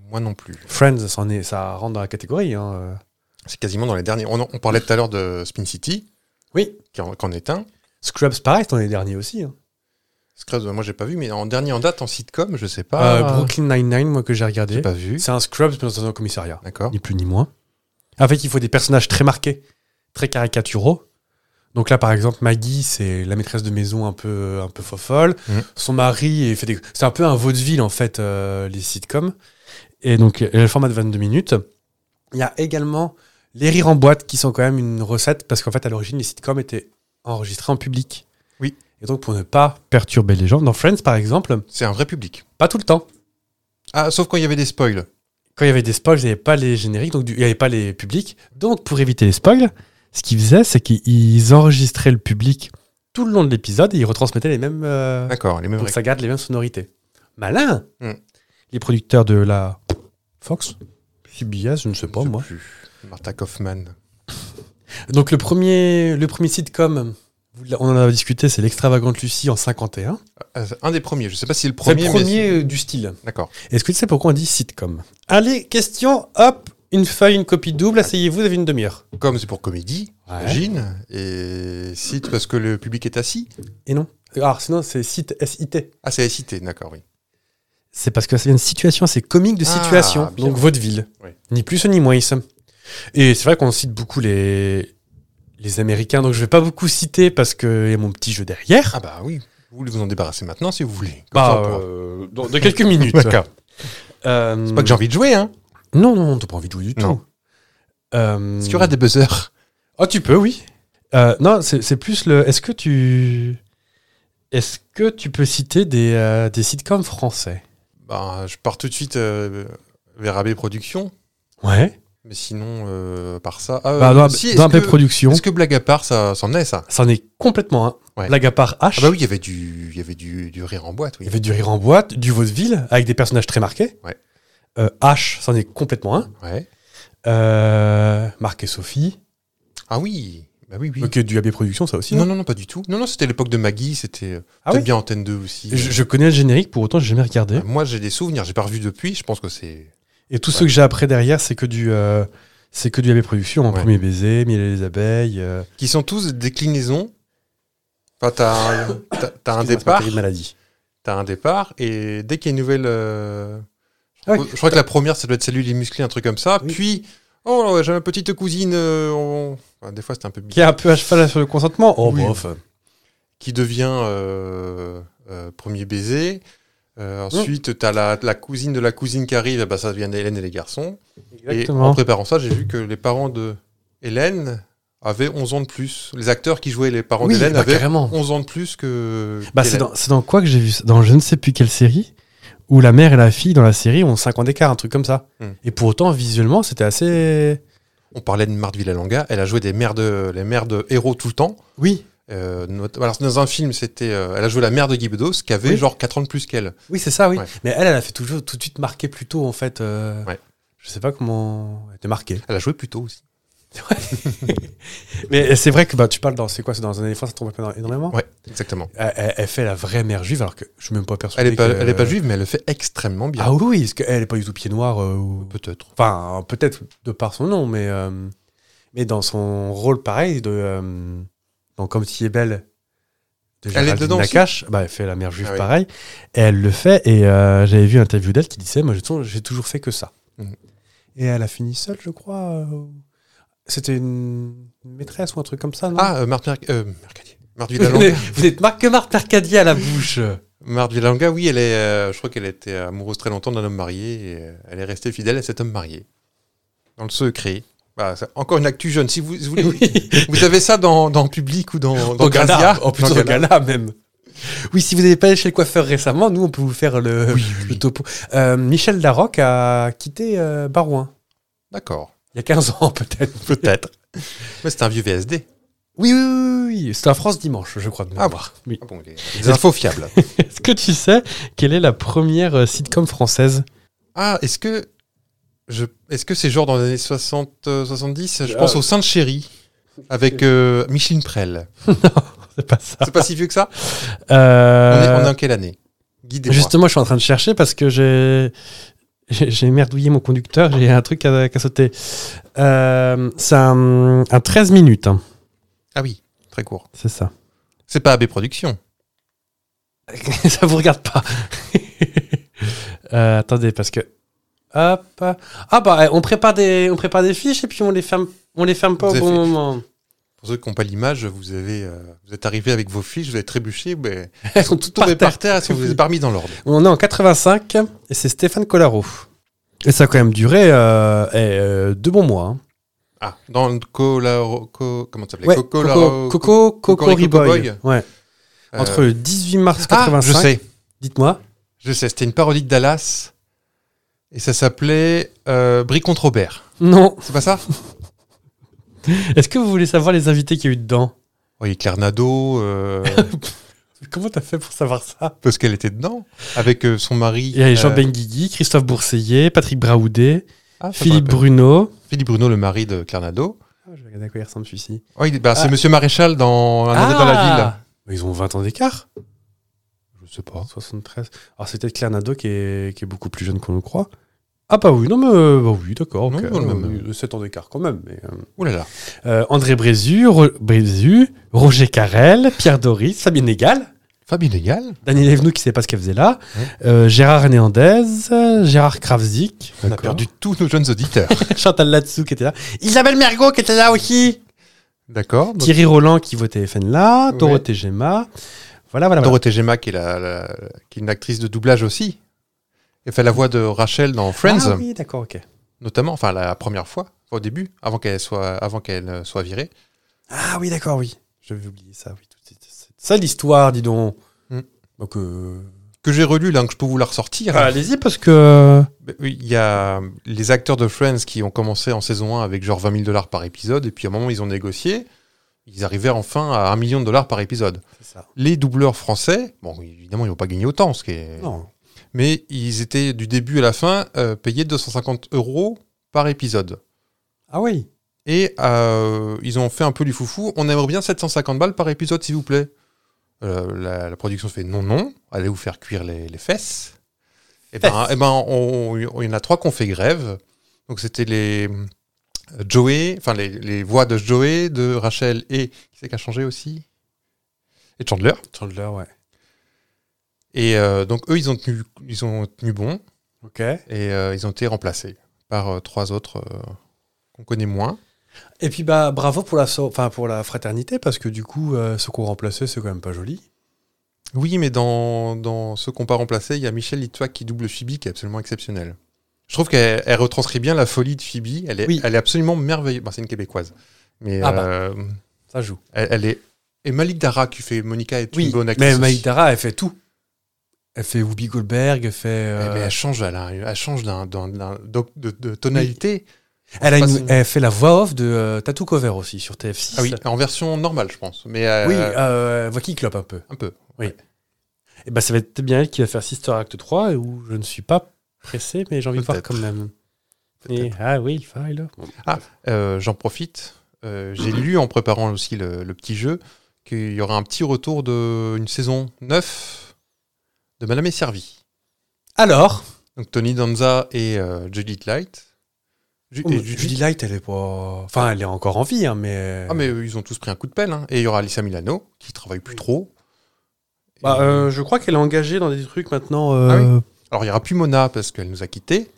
Speaker 2: Moi non plus.
Speaker 1: Friends, c'en est, ça rentre dans la catégorie. hein, euh.
Speaker 2: C'est quasiment dans les derniers. On, en- on parlait tout à l'heure de Spin City,
Speaker 1: Oui.
Speaker 2: qui en, qui en est un.
Speaker 1: Scrubs, pareil, c'est dans les derniers aussi. hein.
Speaker 2: Scrubs, moi j'ai pas vu, mais en dernier en date, en sitcom, je sais pas.
Speaker 1: Euh, Brooklyn Nine-Nine, moi, que j'ai
Speaker 2: Ah. J'ai
Speaker 1: regardé.
Speaker 2: pas vu.
Speaker 1: C'est un Scrubs, mais dans un commissariat.
Speaker 2: D'accord.
Speaker 1: Ni plus ni moins. En fait, il faut des personnages très marqués, très caricaturaux. Donc là, par exemple, Maggie, c'est la maîtresse de maison un peu, un peu fofolle.
Speaker 2: Mhm.
Speaker 1: Son mari, il fait des... c'est un peu un vaudeville, en fait, euh, les sitcoms. Et donc, il y a le format de 22 minutes. Il y a également les rires en boîte, qui sont quand même une recette, parce qu'en fait, à l'origine, les sitcoms étaient enregistrés en public.
Speaker 2: Oui.
Speaker 1: Et donc, pour ne pas perturber les gens, dans Friends, par exemple,
Speaker 2: C'est un vrai public.
Speaker 1: pas tout le temps.
Speaker 2: Ah, sauf quand il y avait des spoils.
Speaker 1: quand il y avait des spoils, il n'y avait pas les génériques, donc du- il n'y avait pas les publics. Donc, pour éviter les spoils, ce qu'ils faisaient, c'est qu'ils enregistraient le public tout le long de l'épisode et ils retransmettaient les mêmes. euh,
Speaker 2: D'accord, les mêmes
Speaker 1: donc,
Speaker 2: règles.
Speaker 1: ça garde les mêmes sonorités. Malin
Speaker 2: Hmm.
Speaker 1: Les producteurs de la Fox CBS, je ne sais
Speaker 2: Je
Speaker 1: pas,
Speaker 2: sais
Speaker 1: moi.
Speaker 2: plus. Martha Kaufman.
Speaker 1: Donc, le premier, le premier sitcom, vous l'a- on en a discuté, c'est L'Extravagante Lucie en 51.
Speaker 2: Ah, c'est Un des premiers. Je sais pas si c'est le
Speaker 1: C'est le
Speaker 2: premier. mais
Speaker 1: premier euh, du style.
Speaker 2: c'est- D'accord.
Speaker 1: Est-ce que tu sais pourquoi on dit sitcom Allez, question, hop Une feuille, une copie double, asseyez-vous, vous avez une demi-heure.
Speaker 2: Comme c'est pour comédie,
Speaker 1: Ouais.
Speaker 2: j'imagine. Et site parce que le public est assis.
Speaker 1: Et non. Alors Ah, sinon, c'est site SIT.
Speaker 2: Ah, c'est cité, d'accord, oui.
Speaker 1: C'est parce que c'est une situation, c'est comique de
Speaker 2: Ah,
Speaker 1: situation.
Speaker 2: bien.
Speaker 1: donc vaudeville.
Speaker 2: Oui.
Speaker 1: Ni plus ni moins. Et c'est vrai qu'on cite beaucoup les, les Américains, donc je vais pas beaucoup citer parce qu'il y a mon petit jeu derrière.
Speaker 2: Ah bah oui. Vous voulez vous en débarrasser maintenant si vous voulez. Comme ça,
Speaker 1: bah,
Speaker 2: on pourra-
Speaker 1: euh, dans- [laughs] de quelques minutes.
Speaker 2: D'accord.
Speaker 1: Euh,
Speaker 2: Pas que j'ai envie de jouer, hein.
Speaker 1: Non, non, non, t'as pas envie de jouer du
Speaker 2: Non.
Speaker 1: tout. Euh,
Speaker 2: Est-ce qu'il y aura des buzzers
Speaker 1: Oh, tu peux, oui. Euh, non, c'est c'est plus le. Est-ce que tu. Est-ce que tu peux citer des, euh, des sitcoms français
Speaker 2: Bah, je pars tout de suite euh, vers AB Productions.
Speaker 1: Ouais.
Speaker 2: Mais sinon, euh, par ça. Ah,
Speaker 1: Bah,
Speaker 2: euh,
Speaker 1: dans
Speaker 2: si,
Speaker 1: dans
Speaker 2: est-ce
Speaker 1: P
Speaker 2: que-
Speaker 1: Production,
Speaker 2: Est-ce que blague à part, ça s'en est, ça
Speaker 1: c'en est complètement un.
Speaker 2: Ouais.
Speaker 1: Blague à part H.
Speaker 2: Ah bah oui, il y avait du, il y avait du, du rire en boîte,
Speaker 1: Il
Speaker 2: oui.
Speaker 1: y avait du rire en boîte, du vaudeville, avec des personnages très marqués.
Speaker 2: Ouais.
Speaker 1: Euh, H, c'en est complètement un.
Speaker 2: Ouais.
Speaker 1: Euh, Marc et Sophie.
Speaker 2: Ah oui. Bah oui, oui.
Speaker 1: Ok, du AB Productions, ça aussi. hein.
Speaker 2: Non,
Speaker 1: non
Speaker 2: non, non, pas du tout. Non, non, c'était l'époque de Maggie, c'était euh,
Speaker 1: Ah
Speaker 2: peut-être
Speaker 1: oui
Speaker 2: bien Antenne 2 aussi.
Speaker 1: je, je connais le générique, pour autant, j'ai jamais regardé.
Speaker 2: Euh, Moi, j'ai des souvenirs, j'ai pas revu depuis, je pense que c'est.
Speaker 1: Et tout ce que j'ai après derrière, c'est que du. euh, c'est que du AB Productions, mon
Speaker 2: Ouais.
Speaker 1: premier baiser, Mille et les abeilles. euh,
Speaker 2: Qui sont tous des déclinaisons. Enfin, t'as un, t'as- t'as un
Speaker 1: excusez-moi, c'est ma
Speaker 2: départ,
Speaker 1: terrible maladie.
Speaker 2: t'as un départ, et dès qu'il y a une nouvelle. euh,
Speaker 1: Ah oui.
Speaker 2: Je crois que la première, ça doit être cellule et musclée, un truc comme ça.
Speaker 1: Oui.
Speaker 2: Puis, oh, ouais, j'ai ma petite cousine. euh, on- enfin, des fois, c'était un peu
Speaker 1: Qui est un peu à cheval sur le consentement. Oh,
Speaker 2: Oui.
Speaker 1: bof.
Speaker 2: qui devient euh, euh, premier baiser. Euh,
Speaker 1: Mm.
Speaker 2: ensuite, t'as la, la cousine de la cousine qui arrive, eh ben, ça devient Hélène et les garçons. Et en
Speaker 1: Exactement.
Speaker 2: préparant ça, j'ai vu que les parents de Hélène avaient 11 ans de plus. Les acteurs qui jouaient les parents
Speaker 1: Oui,
Speaker 2: d'Hélène
Speaker 1: bah,
Speaker 2: avaient
Speaker 1: carrément.
Speaker 2: 11 ans de plus que.
Speaker 1: Bah,
Speaker 2: qu'Hélène.
Speaker 1: c'est dans, c'est dans quoi que j'ai vu ça Dans je ne sais plus quelle série où la mère et la fille dans la série ont 5 ans d'écart, un truc comme ça.
Speaker 2: Hmm.
Speaker 1: Et pour autant, visuellement, c'était assez.
Speaker 2: On parlait de Marthe Villalonga, elle a joué des mères de, les mères de héros tout le temps.
Speaker 1: Oui,
Speaker 2: Euh, not- alors, dans un film, c'était, euh, elle a joué la mère de Guy Bedos qui avait
Speaker 1: Oui.
Speaker 2: genre 4 ans de plus qu'elle.
Speaker 1: oui, c'est ça, oui.
Speaker 2: Ouais.
Speaker 1: Mais elle, elle a fait toujours tout de suite marquer plus tôt, en fait. euh,
Speaker 2: Ouais.
Speaker 1: Je sais pas comment. Elle était marquée.
Speaker 2: Elle a joué plus tôt aussi.
Speaker 1: Mais c'est vrai que bah, tu parles dans. C'est quoi C'est dans les années France, ça tombe pas énormément
Speaker 2: Ouais, exactement.
Speaker 1: elle, elle- elle fait la vraie mère juive, alors que je suis même pas persuadé.
Speaker 2: Elle est pas,
Speaker 1: que-
Speaker 2: elle est pas juive, mais elle le fait extrêmement bien.
Speaker 1: Ah oui, oui, parce qu'elle est pas du tout pied noir. euh, ou...
Speaker 2: Peut-être.
Speaker 1: Enfin, peut-être de par son nom, mais, euh, mais dans son rôle pareil, de, euh, dans Comme tu es belle, de
Speaker 2: Elle est
Speaker 1: Géraldine
Speaker 2: dedans aussi
Speaker 1: Nakache, bah, elle fait la mère juive
Speaker 2: Ah oui.
Speaker 1: pareil, et elle le fait, et euh, j'avais vu une interview d'elle qui disait, moi j'ai toujours- j'ai toujours fait que ça.
Speaker 2: Mhm.
Speaker 1: Et elle a fini seule, je crois. euh, C'était une maîtresse ou un truc comme ça, non
Speaker 2: Ah, euh, Marthe Merc- euh, Mercadier. Marthe
Speaker 1: Vous n'êtes- [laughs]
Speaker 2: [laughs] Villalonga.
Speaker 1: vous n'êtes Marc- que Marc Mercadier à la bouche
Speaker 2: Marthe Villalonga, oui, elle est, euh, je crois qu'elle était amoureuse très longtemps d'un homme marié. Et, euh, elle est restée fidèle à cet homme marié. Dans le secret. Voilà, c'est encore une actu jeune. Si vous,
Speaker 1: [laughs]
Speaker 2: vous voulez- vous avez ça dans, dans Public ou dans, dans
Speaker 1: Au
Speaker 2: Grazia.
Speaker 1: gala, en
Speaker 2: Dans
Speaker 1: plus au
Speaker 2: Gala.
Speaker 1: gala même. Oui, si vous n'avez pas allé chez le coiffeur récemment, nous on peut vous faire le, le topo. Euh, Michel Larocque a quitté euh, Barouin
Speaker 2: D'accord.
Speaker 1: il y a 15 ans [laughs] peut-être.
Speaker 2: [laughs] Peut-être. Mais c'est un vieux VSD.
Speaker 1: Oui, oui, oui, oui, oui. C'était à France dimanche, je crois. De
Speaker 2: Ah
Speaker 1: mémoire. Oui.
Speaker 2: Ah bon, des, des infos fiables.
Speaker 1: Est-ce que tu sais quelle est la première euh, sitcom française
Speaker 2: Ah, est-ce que. Je, est-ce que c'est genre dans les années 60, euh, 70 Je pense
Speaker 1: Ah.
Speaker 2: au Saint de Chéri avec euh, Micheline Prel.
Speaker 1: C'est pas ça.
Speaker 2: C'est pas si vieux que ça on, est,
Speaker 1: Euh,
Speaker 2: on est en quelle année Guidez-moi.
Speaker 1: Justement, je suis en train de chercher parce que j'ai j'ai j'ai merdouillé mon conducteur, j'ai un truc à, à sauter. Euh, c'est un, un 13 minutes, hein,
Speaker 2: Ah oui, très court.
Speaker 1: c'est ça.
Speaker 2: C'est pas AB Productions.
Speaker 1: [laughs] ça vous regarde pas. Euh, attendez, parce que. Hop. Ah bah, eh, on prépare des, on prépare des fiches et puis on les ferme, on les ferme pas
Speaker 2: Des
Speaker 1: au bon
Speaker 2: fiches. [laughs]
Speaker 1: moment.
Speaker 2: Pour ceux qui n'ont pas l'image, vous avez, euh, vous êtes arrivé avec vos fiches, vous avez
Speaker 1: [laughs]
Speaker 2: trébuché, mais
Speaker 1: Elles sont toutes
Speaker 2: tombé
Speaker 1: par terre.
Speaker 2: par terre, est-ce que vous les avez pas remis dans l'ordre
Speaker 1: On est en 85 et c'est Stéphane Collaro. Et ça a quand même duré euh, eh, euh, deux bons mois. hein.
Speaker 2: Ah, dans le Colaro, co- comment ça s'appelait
Speaker 1: Ouais,
Speaker 2: Coco,
Speaker 1: Coco,
Speaker 2: Laro-
Speaker 1: Coco, Coco,
Speaker 2: Cocorico Boy.
Speaker 1: Ouais.
Speaker 2: euh,
Speaker 1: Entre le 18 mars
Speaker 2: Ah,
Speaker 1: 85.
Speaker 2: je sais,
Speaker 1: Dites-moi.
Speaker 2: je sais, c'était une parodie de Dallas, et ça s'appelait euh, Brie contre Robert.
Speaker 1: Non.
Speaker 2: C'est
Speaker 1: [laughs]
Speaker 2: pas ça
Speaker 1: Est-ce que vous voulez savoir les invités qu'il y a eu dedans
Speaker 2: Oui, Claire Nadeau, euh,
Speaker 1: Comment t'as fait pour savoir ça
Speaker 2: parce qu'elle était dedans, avec euh, son mari.
Speaker 1: Il y a Jean
Speaker 2: euh,
Speaker 1: Benguigui, Christophe Bourseillet, Patrick Braoudet,
Speaker 2: ah, ça me
Speaker 1: Philippe
Speaker 2: rappelle.
Speaker 1: Bruno.
Speaker 2: Philippe Bruno, le mari de Claire Nadeau.
Speaker 1: Ah, Je vais regarder à quoi il ressemble celui-ci.
Speaker 2: Oh, il- bah,
Speaker 1: Ah.
Speaker 2: C'est Monsieur Maréchal dans Un Indé dans la ville.
Speaker 1: Ils ont 20 ans d'écart.
Speaker 2: Je sais pas.
Speaker 1: 73. Alors c'est peut-être Claire Nadeau qui est, qui est beaucoup plus jeune qu'on le croit. Ah bah oui, non mais euh, bah oui, d'accord.
Speaker 2: Non,
Speaker 1: ok.
Speaker 2: non, non,
Speaker 1: Euh, 7 ans d'écart quand même. mais, euh.
Speaker 2: Ouh là là.
Speaker 1: Euh, André Brézu, Ro- Brézu, Roger Carrel, Pierre Doris, Sabine Égal,
Speaker 2: Fabien Légal
Speaker 1: Daniel Evenou qui sait pas ce qu'elle faisait là,
Speaker 2: Ouais.
Speaker 1: euh, Gérard Néandez, euh, Gérard Kravzik,
Speaker 2: On a perdu tous nos
Speaker 1: [laughs]
Speaker 2: jeunes auditeurs.
Speaker 1: Chantal Latsou qui était là, Isabelle Mergot qui était là aussi,
Speaker 2: D'accord. donc
Speaker 1: Thierry Roland qui votait FN là,
Speaker 2: Ouais.
Speaker 1: Dorothée Gemma. Voilà, voilà, voilà.
Speaker 2: Dorothée Gemma, qui est, la, la- qui est une actrice de doublage aussi. Elle fait la voix de Rachel dans Friends,
Speaker 1: Ah oui, d'accord, ok.
Speaker 2: notamment, enfin la première fois, au début, avant qu'elle soit, avant qu'elle euh, soit virée.
Speaker 1: Ah oui, d'accord, oui. J'avais oublié ça, oui. tout de suite. C'est ça l'histoire, dis donc.
Speaker 2: Hmm.
Speaker 1: Donc, euh,
Speaker 2: Que j'ai relu là, que je peux vous la ressortir.
Speaker 1: bah, allez-y parce que.
Speaker 2: Mais oui, Il y a euh, les acteurs de Friends qui ont commencé en saison 1 avec genre 20 000 dollars par épisode, et puis à un moment ils ont négocié. Ils arrivaient enfin à 1 million de dollars par épisode.
Speaker 1: C'est ça.
Speaker 2: Les doubleurs français, bon, évidemment, ils n'ont pas gagné autant, ce qui est.
Speaker 1: Non.
Speaker 2: mais ils étaient du début à la fin euh, payés 250 euros par épisode.
Speaker 1: Ah oui.
Speaker 2: Et euh, ils ont fait un peu du foufou. On aimerait bien 750 balles par épisode, s'il vous plaît. Euh, la, la production fait non, non, allez vous faire cuire les, les fesses. Et ben, eh ben on- on- il y en a trois qui ont fait grève. Donc c'était les Joey, enfin les, les voix de Joey, de Rachel et qui c'est qui a changé aussi Et Chandler.
Speaker 1: Chandler, ouais.
Speaker 2: Et euh, donc eux, ils ont tenu, ils ont tenu bon
Speaker 1: Ok.
Speaker 2: et euh, ils ont été remplacés par euh, trois autres euh, qu'on connaît moins.
Speaker 1: Et puis bah bravo pour la, so- enfin pour la fraternité parce que du coup euh, ce qu'on remplaçait c'est quand même pas joli.
Speaker 2: Oui, mais dans, dans ceux qu'on pas remplacés, il y a Michel Litois qui double Phoebe, qui est absolument exceptionnelle. Je trouve qu'elle elle retranscrit bien la folie de Phoebe. Elle est,
Speaker 1: Oui.
Speaker 2: elle est absolument merveilleuse. Bon, c'est une québécoise. Mais
Speaker 1: Ah bah.
Speaker 2: euh,
Speaker 1: Ça joue.
Speaker 2: elle, elle est. Et Malik Dara qui fait Monica est une bonne actrice.
Speaker 1: mais
Speaker 2: aussi.
Speaker 1: Maïk Dara, elle fait tout. Elle fait Whoopi Goldberg, elle fait.
Speaker 2: Eh,
Speaker 1: euh,
Speaker 2: mais elle change, elle, a- elle change d'un, d'un- d'un- d'oc- de, de tonalité.
Speaker 1: elle, a
Speaker 2: pas
Speaker 1: une-
Speaker 2: son-
Speaker 1: elle fait la voix off de euh, Tattoo Cover aussi sur TF6.
Speaker 2: Ah oui, en version normale, je pense. Mais
Speaker 1: Oui,
Speaker 2: euh,
Speaker 1: euh, elle voit qui clope un peu.
Speaker 2: un peu.
Speaker 1: Et bah ça va être bien elle qui va faire Sister Act 3 où je ne suis pas pressé mais j'ai envie de voir
Speaker 2: Peut-être.
Speaker 1: quand même.
Speaker 2: Peut-être.
Speaker 1: Et- ah oui, file.
Speaker 2: Euh, J'en profite. Euh, J'ai lu en préparant aussi le, le petit jeu qu'il y aura un petit retour de une saison 9 de Madame est servie.
Speaker 1: Alors,
Speaker 2: Donc Tony Danza et euh, Judith Light. Ju- et Judith-
Speaker 1: Judy oh, Light, elle est pas. Enfin, elle est encore en vie, hein, mais.
Speaker 2: Ah mais euh, ils ont tous pris un coup de pelle. hein. Et il y aura Alissa Milano qui travaille plus trop.
Speaker 1: Bah,
Speaker 2: Et-
Speaker 1: euh, je crois qu'elle est engagée dans des trucs maintenant. euh,
Speaker 2: Ah Alors il y aura plus Mona parce qu'elle nous a quittés.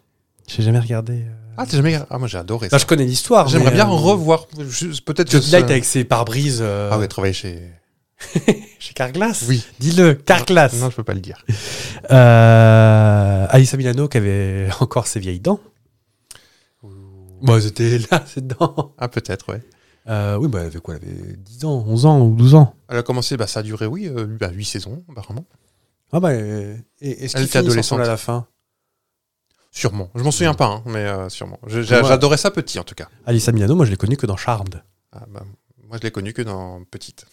Speaker 1: J'ai jamais regardé. euh.
Speaker 2: Ah t'as jamais Ah moi j'ai adoré ça.
Speaker 1: Bah, je connais l'histoire.
Speaker 2: J'aimerais
Speaker 1: mais,
Speaker 2: bien
Speaker 1: euh,
Speaker 2: en revoir. Je- Peut-être que
Speaker 1: Judy Light
Speaker 2: ça-
Speaker 1: avec ses pare-brises euh,
Speaker 2: Ah ouais travailler chez.
Speaker 1: chez Carglass.
Speaker 2: Oui.
Speaker 1: Dis-le, Carglass.
Speaker 2: Non je peux pas
Speaker 1: [laughs]
Speaker 2: le dire.
Speaker 1: Euh, Alissa Milano qui avait [laughs] encore ses vieilles dents. Bah, elles étaient là, [laughs] ses dents.
Speaker 2: Ah peut-être ouais.
Speaker 1: Euh, oui, bah, elle avait quoi Elle avait 10 ans, 11 ans ou 12 ans.
Speaker 2: Elle a commencé bah ça a duré oui 8 saisons apparemment.
Speaker 1: Ah bah, euh, et, est-ce
Speaker 2: Elle
Speaker 1: qu'il finit
Speaker 2: était adolescente.
Speaker 1: ensemble à la fin
Speaker 2: Sûrement. Je m'en souviens pas, hein, mais euh, sûrement. Je- j'a-
Speaker 1: Mm. Moi-
Speaker 2: J'adorais ça petit, en tout cas.
Speaker 1: Alissa Milano, moi, je l'ai connue que dans Charmed.
Speaker 2: Ah, bah, moi, je l'ai connu que dans petite.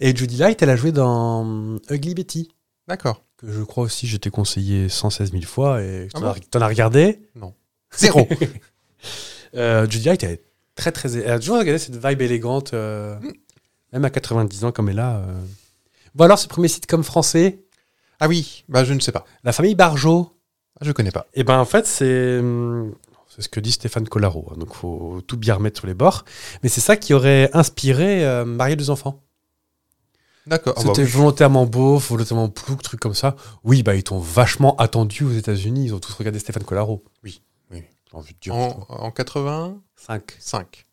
Speaker 1: Et Judy Light, elle a joué dans hum, Ugly Betty,
Speaker 2: D'accord.
Speaker 1: que je crois aussi je t'ai conseillé 116 000 fois et
Speaker 2: Ah
Speaker 1: t'en
Speaker 2: bon
Speaker 1: as- t'en as regardé.
Speaker 2: Zéro.
Speaker 1: [laughs] Euh, Judy Light, elle est très, très. Elle a toujours regardé cette vibe élégante, euh, même à 90 ans comme elle a. euh. Bon, alors, ce premier sitcom français,
Speaker 2: ah oui, bah je ne sais pas.
Speaker 1: La famille Barjot.
Speaker 2: Ah, Je connais pas.
Speaker 1: Et ben en fait, c'est hum, c'est ce que dit Stéphane Collaro, hein, donc faut tout bien remettre sur les bords. Mais c'est ça qui aurait inspiré euh, Marier deux enfants.
Speaker 2: D'accord. Ah, bah
Speaker 1: C'était
Speaker 2: oui.
Speaker 1: volontairement beau, volontairement plouc, truc comme ça. Oui, bah ils t'ont vachement attendu aux États-Unis, ils ont tous regardé Stéphane Collaro.
Speaker 2: Oui, oui.
Speaker 1: J'ai envie de dire.
Speaker 2: en, en 85.
Speaker 1: 5.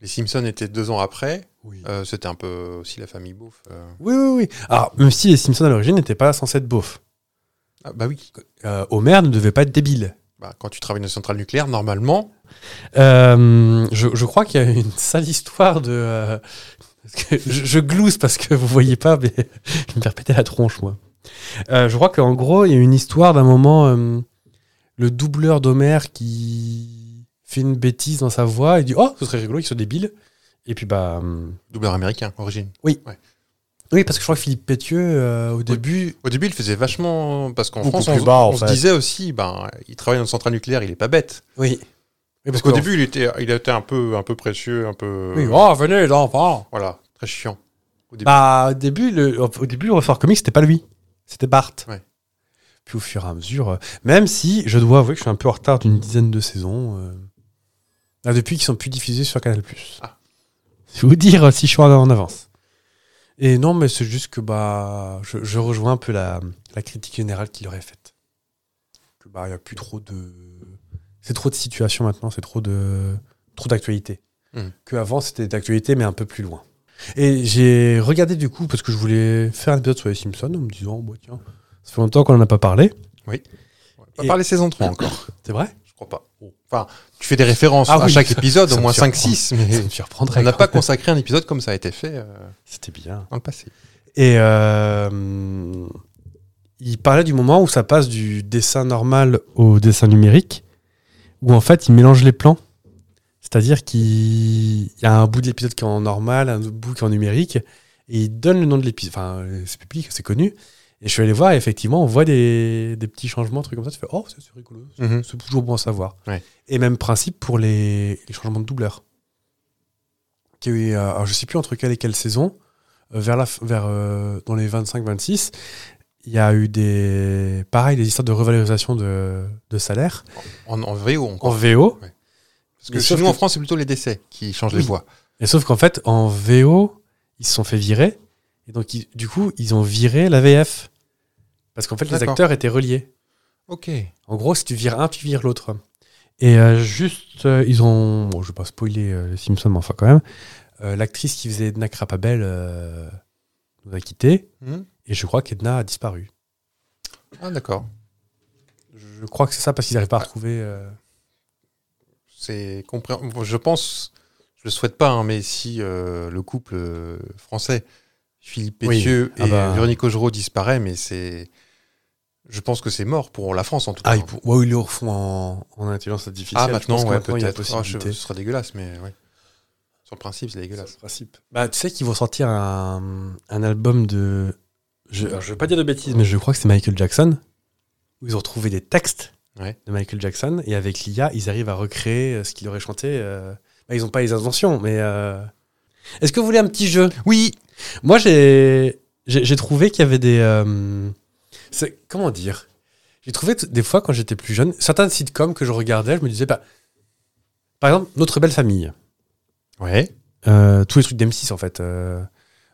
Speaker 2: Les Simpsons étaient deux ans après.
Speaker 1: Oui.
Speaker 2: Euh, C'était un peu aussi la famille Beauf. euh.
Speaker 1: oui, oui, oui. Alors, même si les Simpsons à l'origine n'étaient pas censés être beaufs,
Speaker 2: Ah, bah oui.
Speaker 1: euh, Homer ne devait pas être débile.
Speaker 2: Bah, quand tu travailles dans une centrale nucléaire, normalement.
Speaker 1: Euh, je, je crois qu'il y a une sale histoire de. euh, parce que je, je glousse parce que vous voyez pas, mais je vais me faire péter la tronche, moi. Euh, je crois qu'en gros, il y a une histoire d'un moment, euh, le doubleur d'Homer qui fait une bêtise dans sa voix et dit Oh, ce serait rigolo qu'il soit débile. Et puis, bah. euh,
Speaker 2: Doubleur américain, origine.
Speaker 1: oui, parce que je crois que Philippe Pétieux, euh, au début.
Speaker 2: Au début, il faisait vachement. Parce qu'en
Speaker 1: Beaucoup
Speaker 2: France, on,
Speaker 1: plus bas, en
Speaker 2: on se
Speaker 1: fait.
Speaker 2: disait aussi, ben, il travaille dans une centrale nucléaire, il est pas bête.
Speaker 1: Oui. Et
Speaker 2: Parce qu'au début, il était, il était un peu, un peu précieux, un peu. euh,
Speaker 1: Oui, oh, venez, l'enfant
Speaker 2: Voilà, très chiant. Au début.
Speaker 1: Bah, au début, le, au début, le ressort comique, c'était pas lui. C'était Bart.
Speaker 2: Ouais.
Speaker 1: Puis au fur et à mesure, euh, même si je dois avouer que je suis un peu en retard d'une dizaine de saisons, euh, là, depuis qu'ils sont plus diffusés sur Canal+.
Speaker 2: Ah.
Speaker 1: Je vais vous dire euh, si je suis en- en avance. Et non, mais c'est juste que bah, je, je rejoins un peu la, la critique générale qu'il aurait faite. Que bah, il n'y a plus trop de. C'est trop de situations maintenant, c'est trop de. Trop d'actualité.
Speaker 2: Mhm.
Speaker 1: Que avant c'était d'actualité, mais un peu plus loin. Et j'ai regardé du coup, parce que je voulais faire un épisode sur les Simpsons, en me disant, bah, tiens, ça fait longtemps qu'on n'en a pas parlé.
Speaker 2: Pas
Speaker 1: Et-
Speaker 2: par les saisons 3 encore,
Speaker 1: C'est vrai
Speaker 2: je crois pas. Oh. Enfin, tu fais des références
Speaker 1: Ah
Speaker 2: à
Speaker 1: oui,
Speaker 2: chaque
Speaker 1: ça-
Speaker 2: épisode,
Speaker 1: ça
Speaker 2: au
Speaker 1: me
Speaker 2: moins
Speaker 1: surprend.
Speaker 2: 5-6,
Speaker 1: Ça me
Speaker 2: mais
Speaker 1: surprendrait.
Speaker 2: on n'a
Speaker 1: quand
Speaker 2: pas
Speaker 1: même.
Speaker 2: consacré un épisode comme ça a été fait euh,
Speaker 1: C'était bien.
Speaker 2: dans le passé.
Speaker 1: Et euh, il parlait du moment où ça passe du dessin normal au dessin numérique, où en fait il mélange les plans. C'est-à-dire qu'il il y a un bout de l'épisode qui est en normal, un autre bout qui est en numérique, et il donne le nom de l'épisode. Enfin, c'est public, c'est connu. Et je suis allé voir, et effectivement, on voit des, des petits changements, trucs comme ça. Tu fais, oh, c'est c'est rigolo, c'est-
Speaker 2: Mhm.
Speaker 1: c'est toujours bon à savoir.
Speaker 2: Ouais.
Speaker 1: Et même principe pour les, les changements de doubleur. Qui a eu, euh, alors je sais plus entre quelle et quelle saison, euh, vers la, f- vers, euh, dans les 25-26, il y a eu des, pareil, des histoires de revalorisation de, de salaire
Speaker 2: En, en VO
Speaker 1: en
Speaker 2: encore.
Speaker 1: VO.
Speaker 2: Parce
Speaker 1: mais
Speaker 2: que chez
Speaker 1: sauf
Speaker 2: nous,
Speaker 1: que-
Speaker 2: en France, c'est plutôt les décès qui changent
Speaker 1: Oui.
Speaker 2: les voix.
Speaker 1: Et sauf qu'en fait, en VO, ils se sont fait virer. Et donc, ils- du coup, ils ont viré la VF. Parce qu'en fait, les
Speaker 2: D'accord.
Speaker 1: acteurs étaient reliés.
Speaker 2: Ok.
Speaker 1: En gros, si tu vires un, tu vires l'autre. Et euh, juste, euh, ils ont. Bon, je vais pas spoiler euh, les Simpsons, mais enfin, quand même. Euh, L'actrice qui faisait Edna Krapabel euh, nous a quittés.
Speaker 2: Hmm.
Speaker 1: Et je crois qu'Edna a disparu.
Speaker 2: Ah, d'accord.
Speaker 1: Je crois que c'est ça parce qu'ils n'arrivent
Speaker 2: Ah.
Speaker 1: pas à retrouver. euh,
Speaker 2: C'est compréhensible. Je pense, je le souhaite pas, hein, mais si euh, le couple euh, français, Philippe
Speaker 1: Oui.
Speaker 2: Pétieux
Speaker 1: Ah
Speaker 2: et
Speaker 1: bah.
Speaker 2: Véronique Augereau disparaît, mais c'est. Je pense que c'est mort pour la France en tout cas.
Speaker 1: Ah, ils, pour- ouais, ils le refont en, en intelligence artificielle.
Speaker 2: Ah,
Speaker 1: Je
Speaker 2: maintenant,
Speaker 1: pense que
Speaker 2: ouais,
Speaker 1: maintenant, il y a
Speaker 2: peut-être. Ah, je-
Speaker 1: possibilité.
Speaker 2: ce serait dégueulasse, mais ouais. Sur le principe, c'est dégueulasse.
Speaker 1: Bah, tu sais qu'ils vont sortir un, un album de. Je, alors, je veux pas dire de bêtises, mais je crois que c'est Michael Jackson. Où ils ont retrouvé des textes
Speaker 2: Ouais.
Speaker 1: de Michael Jackson. Et avec l'IA, ils arrivent à recréer euh, ce qu'il aurait chanté. euh. Bah, ils ont pas les inventions, mais. euh. Est-ce que vous voulez un petit jeu Oui Moi, j'ai j'ai j'ai trouvé qu'il y avait des. euh, c'est- Comment dire J'ai trouvé t- des fois, quand j'étais plus jeune, certains sitcoms que je regardais, je me disais, bah, par exemple, Notre Belle Famille.
Speaker 2: Ouais.
Speaker 1: Euh, tous les trucs d'M6 en fait. Euh,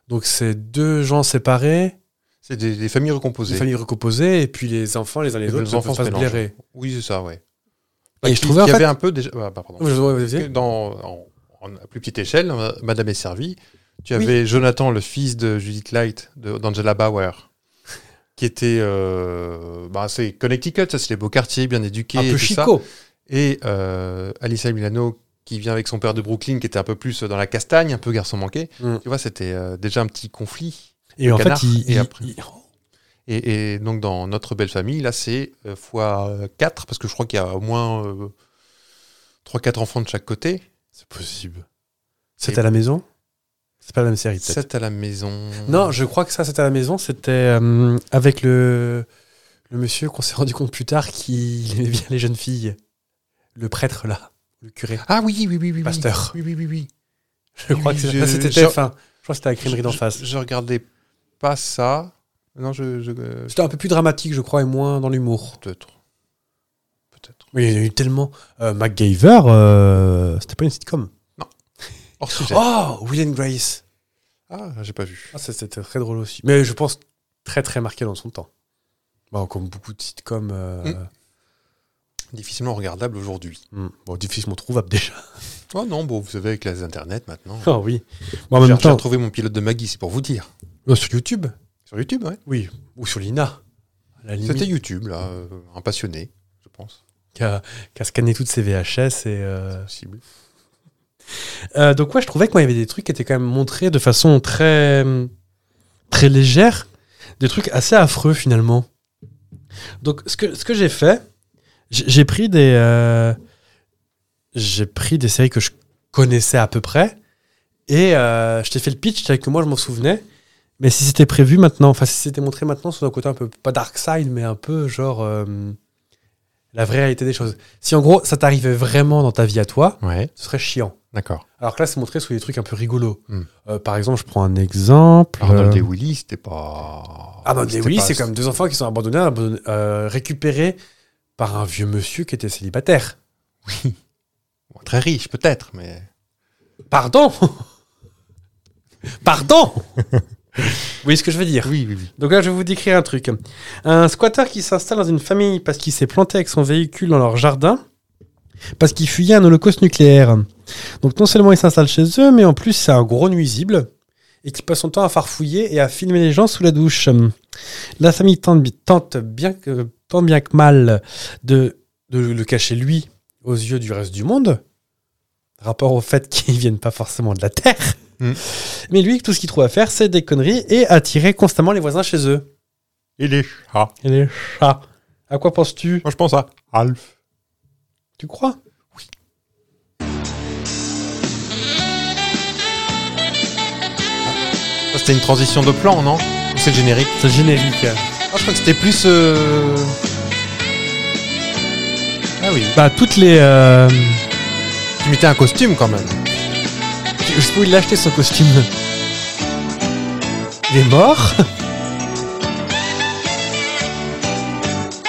Speaker 1: donc c'est deux gens séparés,
Speaker 2: C'est des, des familles
Speaker 1: des
Speaker 2: recomposées.
Speaker 1: familles recomposées, et puis les enfants les uns les,
Speaker 2: Les
Speaker 1: autres
Speaker 2: enfants
Speaker 1: peuvent pas
Speaker 2: se
Speaker 1: se
Speaker 2: mélangent.
Speaker 1: blairer.
Speaker 2: Oui, c'est ça, ouais.
Speaker 1: Et
Speaker 2: Bah,
Speaker 1: je
Speaker 2: qui-
Speaker 1: trouvais, en
Speaker 2: qui
Speaker 1: fait-
Speaker 2: avait un peu déjà. ah, bah, pardon.
Speaker 1: Je vois, vous disiez
Speaker 2: Dans, en, en- à plus petite échelle, dans Madame est servie, tu
Speaker 1: Oui.
Speaker 2: avais Jonathan, le fils de Judith Light, de- d'Angela Bauer, qui était. euh, bah, c'est Connecticut, ça, c'est les beaux quartiers, bien éduqués.
Speaker 1: un
Speaker 2: et
Speaker 1: peu
Speaker 2: tout ça.
Speaker 1: chico.
Speaker 2: Et euh, Alyssa Milano, qui vient avec son père de Brooklyn, qui était un peu plus dans la castagne, un peu garçon manqué.
Speaker 1: Mm.
Speaker 2: Tu vois, c'était euh, déjà un petit conflit.
Speaker 1: Et en fait,
Speaker 2: canard,
Speaker 1: il,
Speaker 2: et
Speaker 1: il-
Speaker 2: après-
Speaker 1: il-
Speaker 2: Et, et donc, dans Notre Belle Famille, là, c'est euh, fois 4, parce que je crois qu'il y a au moins 3-4 enfants de chaque côté.
Speaker 1: c'est possible. C'était à la maison C'est pas la même série peut-être.
Speaker 2: 7 à la maison.
Speaker 1: Non, je crois que ça c'était à la maison, c'était euh, avec le le monsieur qu'on s'est rendu compte plus tard qu'il aimait bien les jeunes filles. Le prêtre là, le curé,
Speaker 2: Ah oui, oui, oui, oui.
Speaker 1: Pasteur.
Speaker 2: Oui, oui, oui, oui.
Speaker 1: je crois
Speaker 2: oui,
Speaker 1: que c'est-
Speaker 2: je-
Speaker 1: ça, c'était
Speaker 2: je-
Speaker 1: TF1. Je crois que c'était à la crimerie
Speaker 2: Je-
Speaker 1: d'en
Speaker 2: je-
Speaker 1: face.
Speaker 2: Je regardais pas ça. Non, je. je- euh,
Speaker 1: C'était un peu plus dramatique, je crois, et moins dans l'humour.
Speaker 2: Peut-être. Peut-être.
Speaker 1: Oui, il y en a eu tellement. Euh, MacGyver, euh, c'était pas une sitcom.
Speaker 2: Hors sujet.
Speaker 1: Oh, Will and Grace.
Speaker 2: Ah, j'ai pas vu.
Speaker 1: Ah, ça, c'était très drôle aussi. Mais je pense très très marqué dans son temps. Bon, comme beaucoup de sitcoms. euh,
Speaker 2: Difficilement regardable aujourd'hui.
Speaker 1: hmm, Bon, difficilement trouvables
Speaker 2: [laughs]
Speaker 1: déjà.
Speaker 2: Oh non, bon, vous savez, avec les internets maintenant.
Speaker 1: Ah oui. Bon, en
Speaker 2: J'ai
Speaker 1: même
Speaker 2: j'ai
Speaker 1: temps,
Speaker 2: retrouvé mon pilote de Maggie, c'est pour vous dire.
Speaker 1: euh, sur YouTube
Speaker 2: Sur YouTube, ouais.
Speaker 1: Oui. Ou sur Lina. à la limite,
Speaker 2: C'était YouTube, là. euh, un passionné, je pense.
Speaker 1: Qui a, qui a scanné toutes ses VHS. Et, euh,
Speaker 2: Possible.
Speaker 1: euh, donc, ouais, je trouvais que moi, il y avait des trucs qui étaient quand même montrés de façon très, très légère. Des trucs assez affreux, finalement. Donc, ce que, ce que j'ai fait, j'ai j'ai pris des. euh, j'ai pris des séries que je connaissais à peu près. Et euh, je t'ai fait le pitch tel que moi, je m'en souvenais. Mais si c'était prévu maintenant, enfin, si c'était montré maintenant sur un côté un peu, pas dark side, mais un peu genre. euh, la vraie réalité des choses. Si en gros, ça t'arrivait vraiment dans ta vie à toi,
Speaker 2: Ouais,
Speaker 1: ce serait chiant.
Speaker 2: d'accord.
Speaker 1: Alors que là, c'est montré sous des trucs un peu rigolos.
Speaker 2: Hmm.
Speaker 1: Euh, par exemple, je prends un exemple.
Speaker 2: Arnold
Speaker 1: euh,
Speaker 2: et Willy, c'était pas.
Speaker 1: Arnold et
Speaker 2: c'était
Speaker 1: Willy,
Speaker 2: pas-
Speaker 1: c'est comme deux enfants qui sont abandonnés, abandonnés, euh, récupérés par un vieux monsieur qui était célibataire.
Speaker 2: Bon, Très riche, peut-être,
Speaker 1: [laughs]
Speaker 2: mais.
Speaker 1: Pardon [laughs]
Speaker 2: [laughs]
Speaker 1: Pardon Vous voyez ce que je veux dire
Speaker 2: Oui, oui, oui.
Speaker 1: Donc là, je vais vous décrire un truc. Un squatter qui s'installe dans une famille parce qu'il s'est planté avec son véhicule dans leur jardin, parce qu'il fuyait un holocauste nucléaire. Donc non seulement il s'installe chez eux, mais en plus c'est un gros nuisible, et qui passe son temps à farfouiller et à filmer les gens sous la douche. La famille tente, bi- tente bien, que, tant bien que mal de, de le cacher lui aux yeux du reste du monde, rapport au fait [laughs] qu'ils viennent pas forcément de la Terre.
Speaker 2: Mm.
Speaker 1: Mais lui, tout ce qu'il trouve à faire, c'est des conneries et attirer constamment les voisins chez eux.
Speaker 2: Et les chats.
Speaker 1: Et les chats. À quoi penses-tu
Speaker 2: Moi, je pense à Alf.
Speaker 1: Tu crois
Speaker 2: Ça, C'était une transition de plan, non Ou C'est le générique
Speaker 1: C'est générique.
Speaker 2: Ah, je crois que c'était plus. euh, Ah oui.
Speaker 1: Bah, toutes les. euh,
Speaker 2: Tu mettais un costume quand même.
Speaker 1: Je sais pas où il a acheté son costume. Il est mort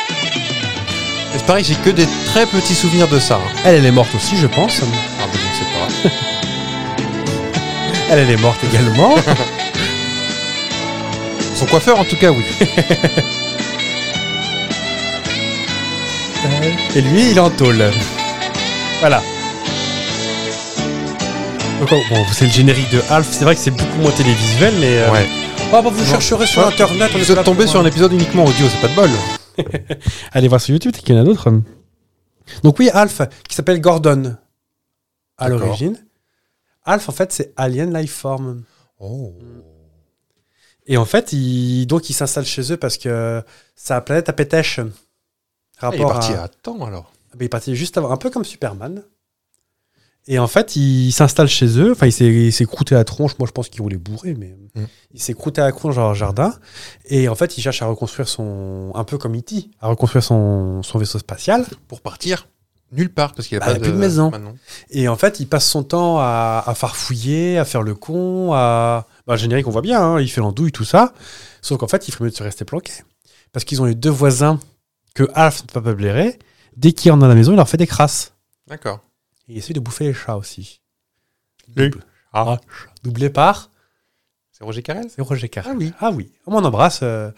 Speaker 2: Et C'est pareil, j'ai que des très petits souvenirs de ça. hein.
Speaker 1: [laughs] Elle, elle est morte aussi, je pense.
Speaker 2: Ah, bah, je ne sais pas.
Speaker 1: Elle, elle est morte [laughs] également. [laughs]
Speaker 2: Son coiffeur, en tout cas, oui.
Speaker 1: Et lui, il est en tôle. Voilà. Donc, oh, bon, c'est le générique de Alf. C'est vrai que c'est beaucoup moins télévisuel, mais. euh,
Speaker 2: Ouais.
Speaker 1: Ah, bah, vous chercherez sur
Speaker 2: Ouais.
Speaker 1: internet. on
Speaker 2: Vous
Speaker 1: est là
Speaker 2: êtes tombé
Speaker 1: pour-
Speaker 2: sur un épisode uniquement audio, c'est pas de bol.
Speaker 1: Allez voir sur YouTube, c'est qu'il y en a d'autres. hein. Donc oui, Alf, qui s'appelle Gordon à
Speaker 2: D'accord.
Speaker 1: l'origine. Alf, en fait, c'est Alien Lifeform.
Speaker 2: Oh.
Speaker 1: Et en fait, il, donc, il s'installe chez eux parce que sa planète à pétèche.
Speaker 2: Ah, il est
Speaker 1: Rapport
Speaker 2: parti hein. à temps alors.
Speaker 1: Ben, il est parti juste avant, un peu comme Superman. Et en fait, il s'installe chez eux. Enfin, il s'est, il s'est croûté la tronche. Moi, je pense qu'il roulait bourré, mais
Speaker 2: Mm.
Speaker 1: il s'est croûté à la tronche dans leur jardin. Et en fait, il cherche à reconstruire son. Un peu comme E.T., à reconstruire son, son vaisseau spatial.
Speaker 2: Pour partir nulle part parce qu'il n'y a
Speaker 1: Bah,
Speaker 2: pas
Speaker 1: il y a plus de maison.
Speaker 2: maintenant.
Speaker 1: Et en fait, il passe son temps à, à farfouiller, à faire le con, à. Bah, le générique, on voit bien, hein, il fait l'andouille, tout ça. Sauf qu'en fait, il ferait mieux de se rester planqué. Parce qu'ils ont les deux voisins que Alf ne peut pas blairer. Dès qu'il rentre dans la maison, il leur fait des crasses.
Speaker 2: D'accord.
Speaker 1: Et il essaie de bouffer les chats aussi.
Speaker 2: Les
Speaker 1: Double- Ah, doublé par
Speaker 2: C'est Roger Carrel
Speaker 1: c'est Roger Carré.
Speaker 2: Ah oui.
Speaker 1: Ah oui, on l'embrasse. euh,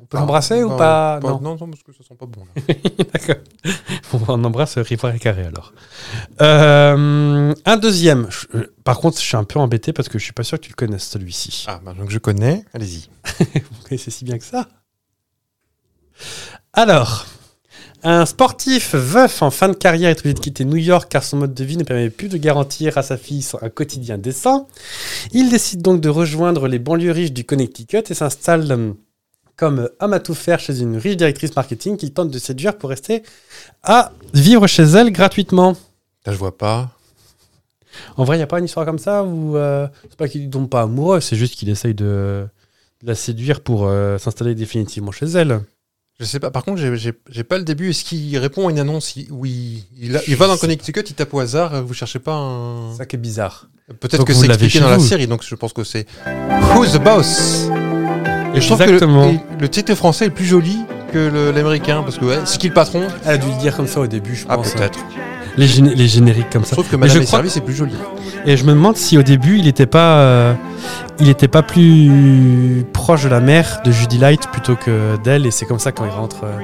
Speaker 1: on peut
Speaker 2: Ah,
Speaker 1: l'embrasser ou
Speaker 2: non,
Speaker 1: pas, Non.
Speaker 2: Non, non, parce que ça sent pas bon. là.
Speaker 1: [laughs] D'accord. Bon, on embrasse Rivard et Carré alors. Euh, un deuxième. Je- euh, par contre, je suis un peu embêté parce que je suis pas sûr que tu le connaisses celui-ci.
Speaker 2: ah, bah, donc je connais. Allez-y.
Speaker 1: Vous connaissez si bien que ça. Alors, un sportif veuf en fin de carrière est obligé de quitter New York car son mode de vie ne permet plus de garantir à sa fille un quotidien décent. Il décide donc de rejoindre les banlieues riches du Connecticut et s'installe hum, comme homme à tout faire chez une riche directrice marketing qu'il tente de séduire pour rester à vivre chez elle gratuitement.
Speaker 2: Là, je vois pas.
Speaker 1: En vrai, il n'y a pas une histoire comme ça où euh, c'est pas qu'il ne tombe pas amoureux, c'est juste qu'il essaye de, de la séduire pour euh, s'installer définitivement chez elle.
Speaker 2: Je sais pas. Par contre, j'ai- j'ai j'ai pas le début. Est-ce qu'il répond à une annonce Il- Oui. Il, a- il va dans
Speaker 1: Je sais
Speaker 2: Connecticut, il tape au hasard. euh, Vous cherchez pas un.
Speaker 1: C'est ça qui est bizarre.
Speaker 2: Peut-être
Speaker 1: Donc
Speaker 2: que
Speaker 1: vous
Speaker 2: c'est
Speaker 1: l'avez
Speaker 2: expliqué
Speaker 1: chez
Speaker 2: dans la
Speaker 1: vous.
Speaker 2: série, donc je pense que c'est Who's the Boss Et je trouve
Speaker 1: Exactement.
Speaker 2: que le- le, titre français est plus joli que le- l'américain, parce que ouais, c'est qui le patron
Speaker 1: Elle a dû le dire comme ça au début, je
Speaker 2: Ah,
Speaker 1: pense. hein.
Speaker 2: peut-être.
Speaker 1: Les, gén- les génériques comme
Speaker 2: Je
Speaker 1: ça.
Speaker 2: trouve que
Speaker 1: Mais je
Speaker 2: Madame et
Speaker 1: crois-
Speaker 2: Service est plus joli.
Speaker 1: Et je me demande si au début, il n'était pas, euh, il était pas plus proche de la mère de Judy Light plutôt que d'elle. Et c'est comme ça quand il rentre. euh,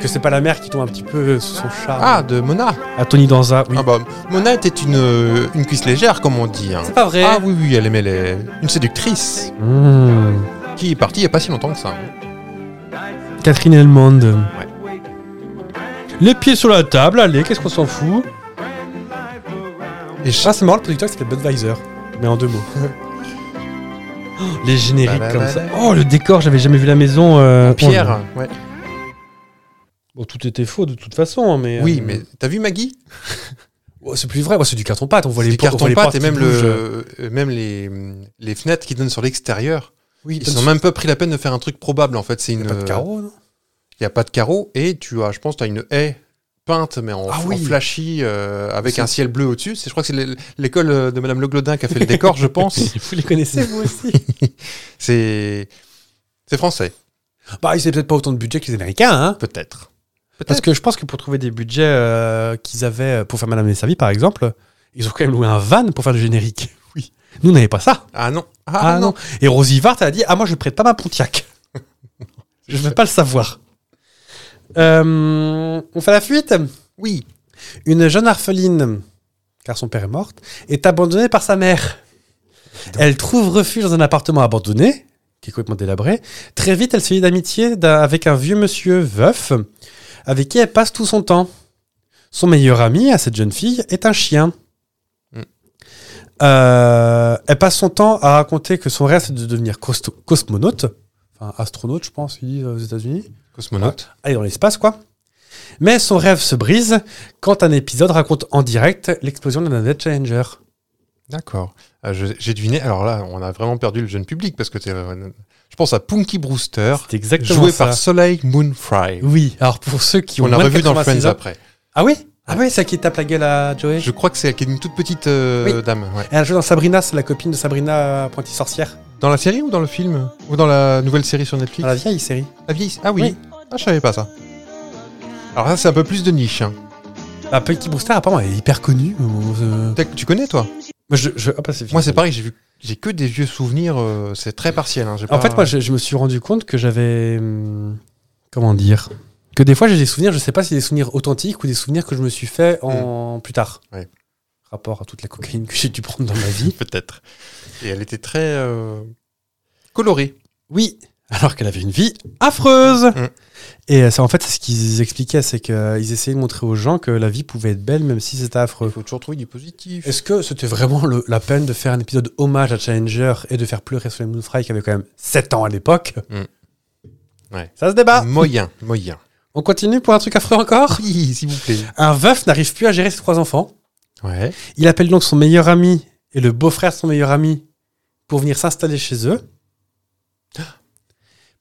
Speaker 1: que c'est pas la mère qui tombe un petit peu sous son charme.
Speaker 2: Ah, de Mona
Speaker 1: à Tony Danza, oui.
Speaker 2: Ah bah, Mona était une, euh, une cuisse légère, comme on dit. hein.
Speaker 1: C'est pas vrai.
Speaker 2: Ah oui, oui, elle aimait les... une séductrice
Speaker 1: Mmh.
Speaker 2: qui est partie il n'y a pas si longtemps que ça.
Speaker 1: Catherine Helmond. Les pieds sur la table, allez, qu'est-ce qu'on s'en fout
Speaker 2: Et je-
Speaker 1: Ah, c'est marrant, le producteur qui s'appelle Budweiser, mais en deux mots. Oh, [laughs] Les génériques comme ça. Oh, le décor, j'avais jamais vu la maison. euh, oh,
Speaker 2: Pierre, ouais.
Speaker 1: Bon, tout était faux de toute façon, mais. euh,
Speaker 2: oui, mais t'as vu Maggie
Speaker 1: Oh, c'est plus vrai, oh, c'est du carton pâte, on voit
Speaker 2: C'est
Speaker 1: les
Speaker 2: du
Speaker 1: por- on voit
Speaker 2: carton
Speaker 1: les
Speaker 2: pâte
Speaker 1: portes
Speaker 2: et
Speaker 1: qui
Speaker 2: même,
Speaker 1: bougent.
Speaker 2: le, euh, même les, les fenêtres qui donnent sur l'extérieur.
Speaker 1: Oui,
Speaker 2: Ils
Speaker 1: donne
Speaker 2: se sont
Speaker 1: sur-
Speaker 2: même pas pris la peine de faire un truc probable en fait. C'est une.
Speaker 1: pas de carreau, non
Speaker 2: Il y a pas de carreau et tu as, je pense, tu as une haie peinte mais en,
Speaker 1: Ah
Speaker 2: en
Speaker 1: oui.
Speaker 2: flashy euh, avec
Speaker 1: C'est-
Speaker 2: un ciel bleu au-dessus. C'est- Je crois que c'est l'é- l'école euh, de Madame Le Glodin qui a fait le décor, je
Speaker 1: [laughs]
Speaker 2: pense.
Speaker 1: Vous les connaissez, vous aussi
Speaker 2: C'est c'est français,
Speaker 1: Bah, ils avaient peut-être pas autant de budget que les Américains, hein
Speaker 2: peut-être.
Speaker 1: Parce que je pense que pour trouver des budgets euh, qu'ils avaient pour faire Madame et Servie, par exemple, ils ont quand même loué un van pour faire le générique. [laughs] Oui. Nous, on n'avait pas ça.
Speaker 2: Ah non,
Speaker 1: Ah,
Speaker 2: ah, non.
Speaker 1: non. Et Rosie Vart, elle a dit Ah, moi, je prête pas ma
Speaker 2: [laughs]
Speaker 1: Pontiac. je ne veux pas le savoir. Euh, on fait la fuite
Speaker 2: Oui,
Speaker 1: Une jeune orpheline, car son père est morte, est abandonnée par sa mère. Elle trouve refuge dans un appartement abandonné, qui est complètement délabré. Très vite, elle se lie d'amitié d'un- avec un vieux monsieur veuf, avec qui elle passe tout son temps. Son meilleur ami à cette jeune fille est un chien.
Speaker 2: Mm.
Speaker 1: Euh, elle passe son temps à raconter que son rêve c'est de devenir costo- cosmonaute, enfin astronaute, je pense, ils disent euh, aux États-Unis
Speaker 2: cosmonaute.
Speaker 1: aller dans l'espace, quoi. Mais son rêve se brise quand un épisode raconte en direct l'explosion de la navette Challenger.
Speaker 2: D'accord. Euh, je- J'ai deviné. Alors là, on a vraiment perdu le jeune public parce que t'es- euh, je pense à Punky Brewster,
Speaker 1: C'est exactement
Speaker 2: joué
Speaker 1: ça.
Speaker 2: par Soleil Moonfry.
Speaker 1: Oui, alors pour ceux qui ont
Speaker 2: On a
Speaker 1: moins de
Speaker 2: revu dans le
Speaker 1: 86
Speaker 2: Friends
Speaker 1: ans-
Speaker 2: après.
Speaker 1: Ah oui Ah oui, c'est elle qui tape la gueule à Joey
Speaker 2: Je crois que c'est une toute petite euh,
Speaker 1: Oui.
Speaker 2: dame. ouais.
Speaker 1: Elle joue dans Sabrina, c'est la copine de Sabrina, euh, apprenti sorcière,
Speaker 2: Dans la série ou dans le film Ou dans la nouvelle série sur Netflix
Speaker 1: dans la vieille série.
Speaker 2: La vieille Ah oui.
Speaker 1: Oui.
Speaker 2: Ah, je savais pas ça. Alors ça, c'est un peu plus de niche. hein.
Speaker 1: La Peggy Brewster, Bah, apparemment, elle est hyper connue. euh,
Speaker 2: Peut-être que Tu connais, toi
Speaker 1: Moi, je, je- ah, bah, c'est fini.
Speaker 2: Moi, c'est pareil, j'ai vu. J'ai que des vieux souvenirs, euh, c'est très partiel. hein, j'ai
Speaker 1: En
Speaker 2: pas-
Speaker 1: fait, moi, je, je me suis rendu compte que j'avais. hum, Comment dire Que des fois, j'ai des souvenirs, je sais pas si des souvenirs authentiques ou des souvenirs que je me suis fait en plus tard.
Speaker 2: Hmm. Ouais.
Speaker 1: Rapport à toute la cocaïne que j'ai dû prendre dans ma vie.
Speaker 2: [laughs] peut-être. Et elle était très euh, colorée.
Speaker 1: Oui, alors qu'elle avait une vie affreuse.
Speaker 2: Mm.
Speaker 1: Et euh, ça, en fait, c'est ce qu'ils expliquaient, c'est qu'ils essayaient de montrer aux gens que la vie pouvait être belle, même si c'était affreux.
Speaker 2: Il faut toujours trouver du positif.
Speaker 1: Est-ce que c'était vraiment le- la peine de faire un épisode hommage à Challenger et de faire pleurer Soleil Moonfry qui avait quand même 7 ans à l'époque
Speaker 2: Mm. Hmm. Ouais.
Speaker 1: Ça se débat.
Speaker 2: [laughs] Moyen, moyen.
Speaker 1: On continue pour un truc affreux encore
Speaker 2: Oui, s'il vous plaît.
Speaker 1: Un veuf n'arrive plus à gérer ses trois enfants.
Speaker 2: Ouais.
Speaker 1: Il appelle donc son meilleur ami et le beau-frère de son meilleur ami pour venir s'installer chez eux.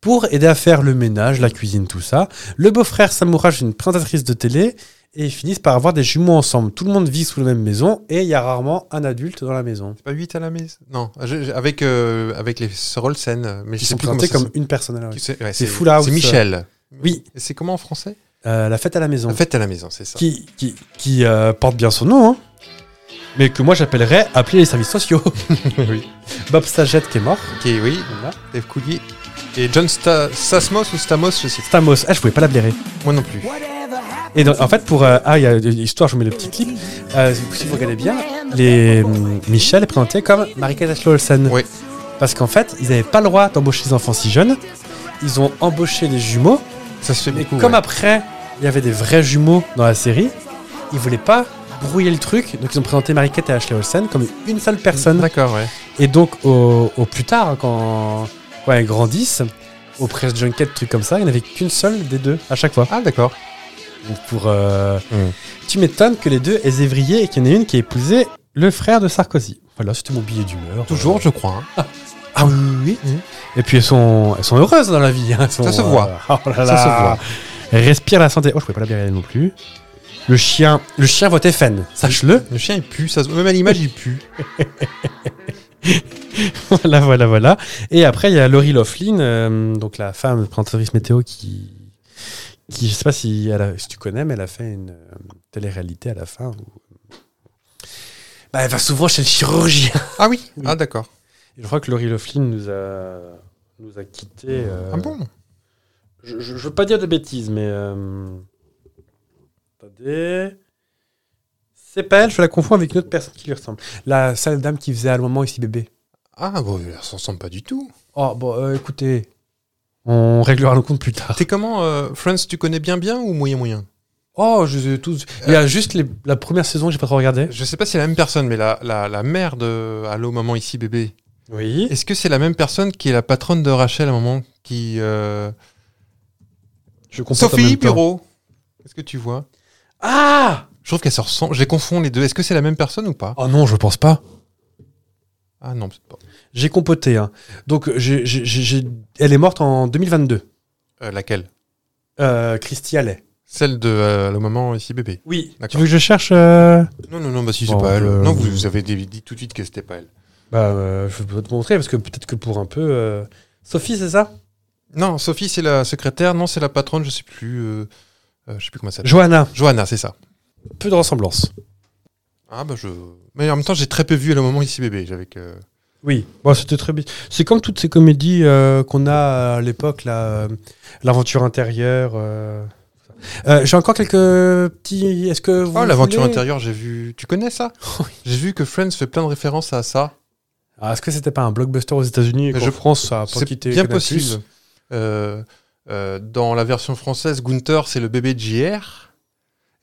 Speaker 1: Pour aider à faire le ménage, la cuisine, tout ça. Le beau-frère s'amourage d'une présentatrice de télé et ils finissent par avoir des jumeaux ensemble. Tout le monde vit sous la même maison et il y a rarement un adulte dans la maison.
Speaker 2: C'est pas 8 à la maison Non, je- je- avec, euh, avec les sœurs Olsen. Mais je
Speaker 1: Ils
Speaker 2: sais
Speaker 1: sont
Speaker 2: plus comment ça
Speaker 1: présentés comme
Speaker 2: s'appelle.
Speaker 1: une personne à la maison.
Speaker 2: C'est ouais,
Speaker 1: C'est Full House.
Speaker 2: C'est Michel.
Speaker 1: Oui,
Speaker 2: Et C'est comment en français
Speaker 1: euh, la fête à la maison.
Speaker 2: En fait, à la maison, c'est ça.
Speaker 1: Qui, qui, qui, euh, porte bien son nom, hein. mais que moi j'appellerais appeler les services
Speaker 2: [laughs]
Speaker 1: sociaux.
Speaker 2: oui.
Speaker 1: Bob Saget qui est mort.
Speaker 2: Ok, oui.
Speaker 1: Voilà.
Speaker 2: Dave Coulier. Et John Sta- Sasmos ou Stamos, je sais
Speaker 1: Stamos, ah, je pouvais pas la blairer.
Speaker 2: plus. Moi non plus.
Speaker 1: Et donc, en fait, pour. euh, ah, il y a l'histoire, je vous mets le petit clip. Euh, si vous regardez bien, les, hum, Michel est présenté comme Marika Olsen.
Speaker 2: Oui.
Speaker 1: Parce qu'en fait, ils n'avaient pas le droit d'embaucher des enfants si jeunes. Ils ont embauché des jumeaux.
Speaker 2: Ça se fait
Speaker 1: Mais
Speaker 2: beaucoup.
Speaker 1: comme
Speaker 2: ouais.
Speaker 1: après, il y avait des vrais jumeaux dans la série, ils voulaient pas brouiller le truc. Donc, ils ont présenté Marika et Ashley Olsen comme une seule personne.
Speaker 2: D'accord, ouais.
Speaker 1: Et donc, au, au plus tard, hein, quand, quand elles grandissent, au press junket, trucs comme ça, il n'y en avait qu'une seule des deux à chaque fois.
Speaker 2: Ah, d'accord.
Speaker 1: Donc pour. euh,
Speaker 2: Mm.
Speaker 1: Tu m'étonnes que les deux aient évrier et qu'il y en ait une qui ait épousé le frère de Sarkozy. Voilà, c'était mon billet d'humeur.
Speaker 2: Toujours,
Speaker 1: Euh,
Speaker 2: je crois. hein.
Speaker 1: Ah oui, oui, oui. Et puis elles sont, elles sont heureuses dans la vie. hein. Elles sont,
Speaker 2: Ça se voit.
Speaker 1: euh, oh là
Speaker 2: Ça se
Speaker 1: là.
Speaker 2: voit.
Speaker 1: Elles respirent la santé. Oh, je pouvais pas la bien regarder non plus. Le chien, le chien vote FN, sache-le.
Speaker 2: Le chien, il pue. Ça se- Même à l'image, il pue.
Speaker 1: voilà, voilà, voilà. Et après, il y a Laurie Laughlin, euh, donc la femme de présentatrice météo qui, qui, je sais pas si, elle a- si tu connais, mais elle a fait une euh, télé-réalité à la fin. où- euh, Bah, elle va souvent chez le chirurgien.
Speaker 2: Ah oui.
Speaker 1: Oui.
Speaker 2: Ah, d'accord.
Speaker 1: Je crois que Laurie Laughlin nous a, nous a quittés. euh,
Speaker 2: Ah bon
Speaker 1: je, je, je veux pas dire de bêtises, mais. euh, Attendez. C'est pas elle, je la confonds avec une autre personne qui lui ressemble. La sale dame qui faisait à le moment ici bébé.
Speaker 2: Ah, bon, ça s'ensemble pas du tout.
Speaker 1: Oh, bon, euh, écoutez, on réglera le compte plus tard.
Speaker 2: T'es comment, euh, Friends, tu connais bien bien ou moyen moyen
Speaker 1: Oh, je les ai tous. Il y a juste les- la première saison que j'ai pas trop regardée.
Speaker 2: Je sais pas si c'est la même personne, mais la, la, la mère de Allô, maman, ici, bébé.
Speaker 1: Oui.
Speaker 2: Est-ce que c'est la même personne qui est la patronne de Rachel à un moment qui, euh,
Speaker 1: Je comprends en
Speaker 2: Sophie
Speaker 1: même temps.
Speaker 2: Perrault. Est-ce que tu vois
Speaker 1: Ah
Speaker 2: Je trouve qu'elles se ressemblent. Je les confonds les deux. Est-ce que c'est la même personne ou pas
Speaker 1: Oh non, je pense pas.
Speaker 2: Ah non, peut-être pas.
Speaker 1: J'ai compoté. hein. Donc, j'ai- j'ai- j'ai- j'ai- elle est morte en 2022.
Speaker 2: Euh, laquelle
Speaker 1: Euh, Christy Allais.
Speaker 2: Celle de euh, Allô, maman, ici, bébé.
Speaker 1: Oui. Tu
Speaker 2: D'accord.
Speaker 1: veux que je cherche euh,
Speaker 2: Non, non, non, bah si, c'est
Speaker 1: Bon,
Speaker 2: pas elle.
Speaker 1: euh,
Speaker 2: Non, vous, vous avez dé- dit tout de suite que c'était pas elle.
Speaker 1: Bah, euh, je peux te montrer parce que peut-être que pour un peu. euh, Sophie, c'est ça
Speaker 2: Non, Sophie, c'est la secrétaire. Non, c'est la patronne, je sais plus. euh, euh, je sais plus comment ça s'appelle.
Speaker 1: Johanna.
Speaker 2: Johanna, c'est ça.
Speaker 1: Peu de ressemblance.
Speaker 2: Ah bah je. Mais en même temps, j'ai très peu vu à le moment ici bébé. J'avais que.
Speaker 1: Oui, bon, c'était très bien. C'est comme toutes ces comédies euh, qu'on a à l'époque, là, euh, l'aventure intérieure. euh, euh, J'ai encore quelques petits. Est-ce que vous
Speaker 2: Oh l'aventure
Speaker 1: voulez
Speaker 2: intérieure, j'ai vu. Tu connais [laughs] ça J'ai vu que Friends fait plein de références à ça.
Speaker 1: Ah, Est-ce que c'était pas un blockbuster aux États-Unis et
Speaker 2: Mais
Speaker 1: qu'en
Speaker 2: je-
Speaker 1: France, ça a pas
Speaker 2: C'est
Speaker 1: quitté
Speaker 2: bien
Speaker 1: Canal+.
Speaker 2: possible. Euh, euh, dans la version française, Gunther c'est le bébé de JR.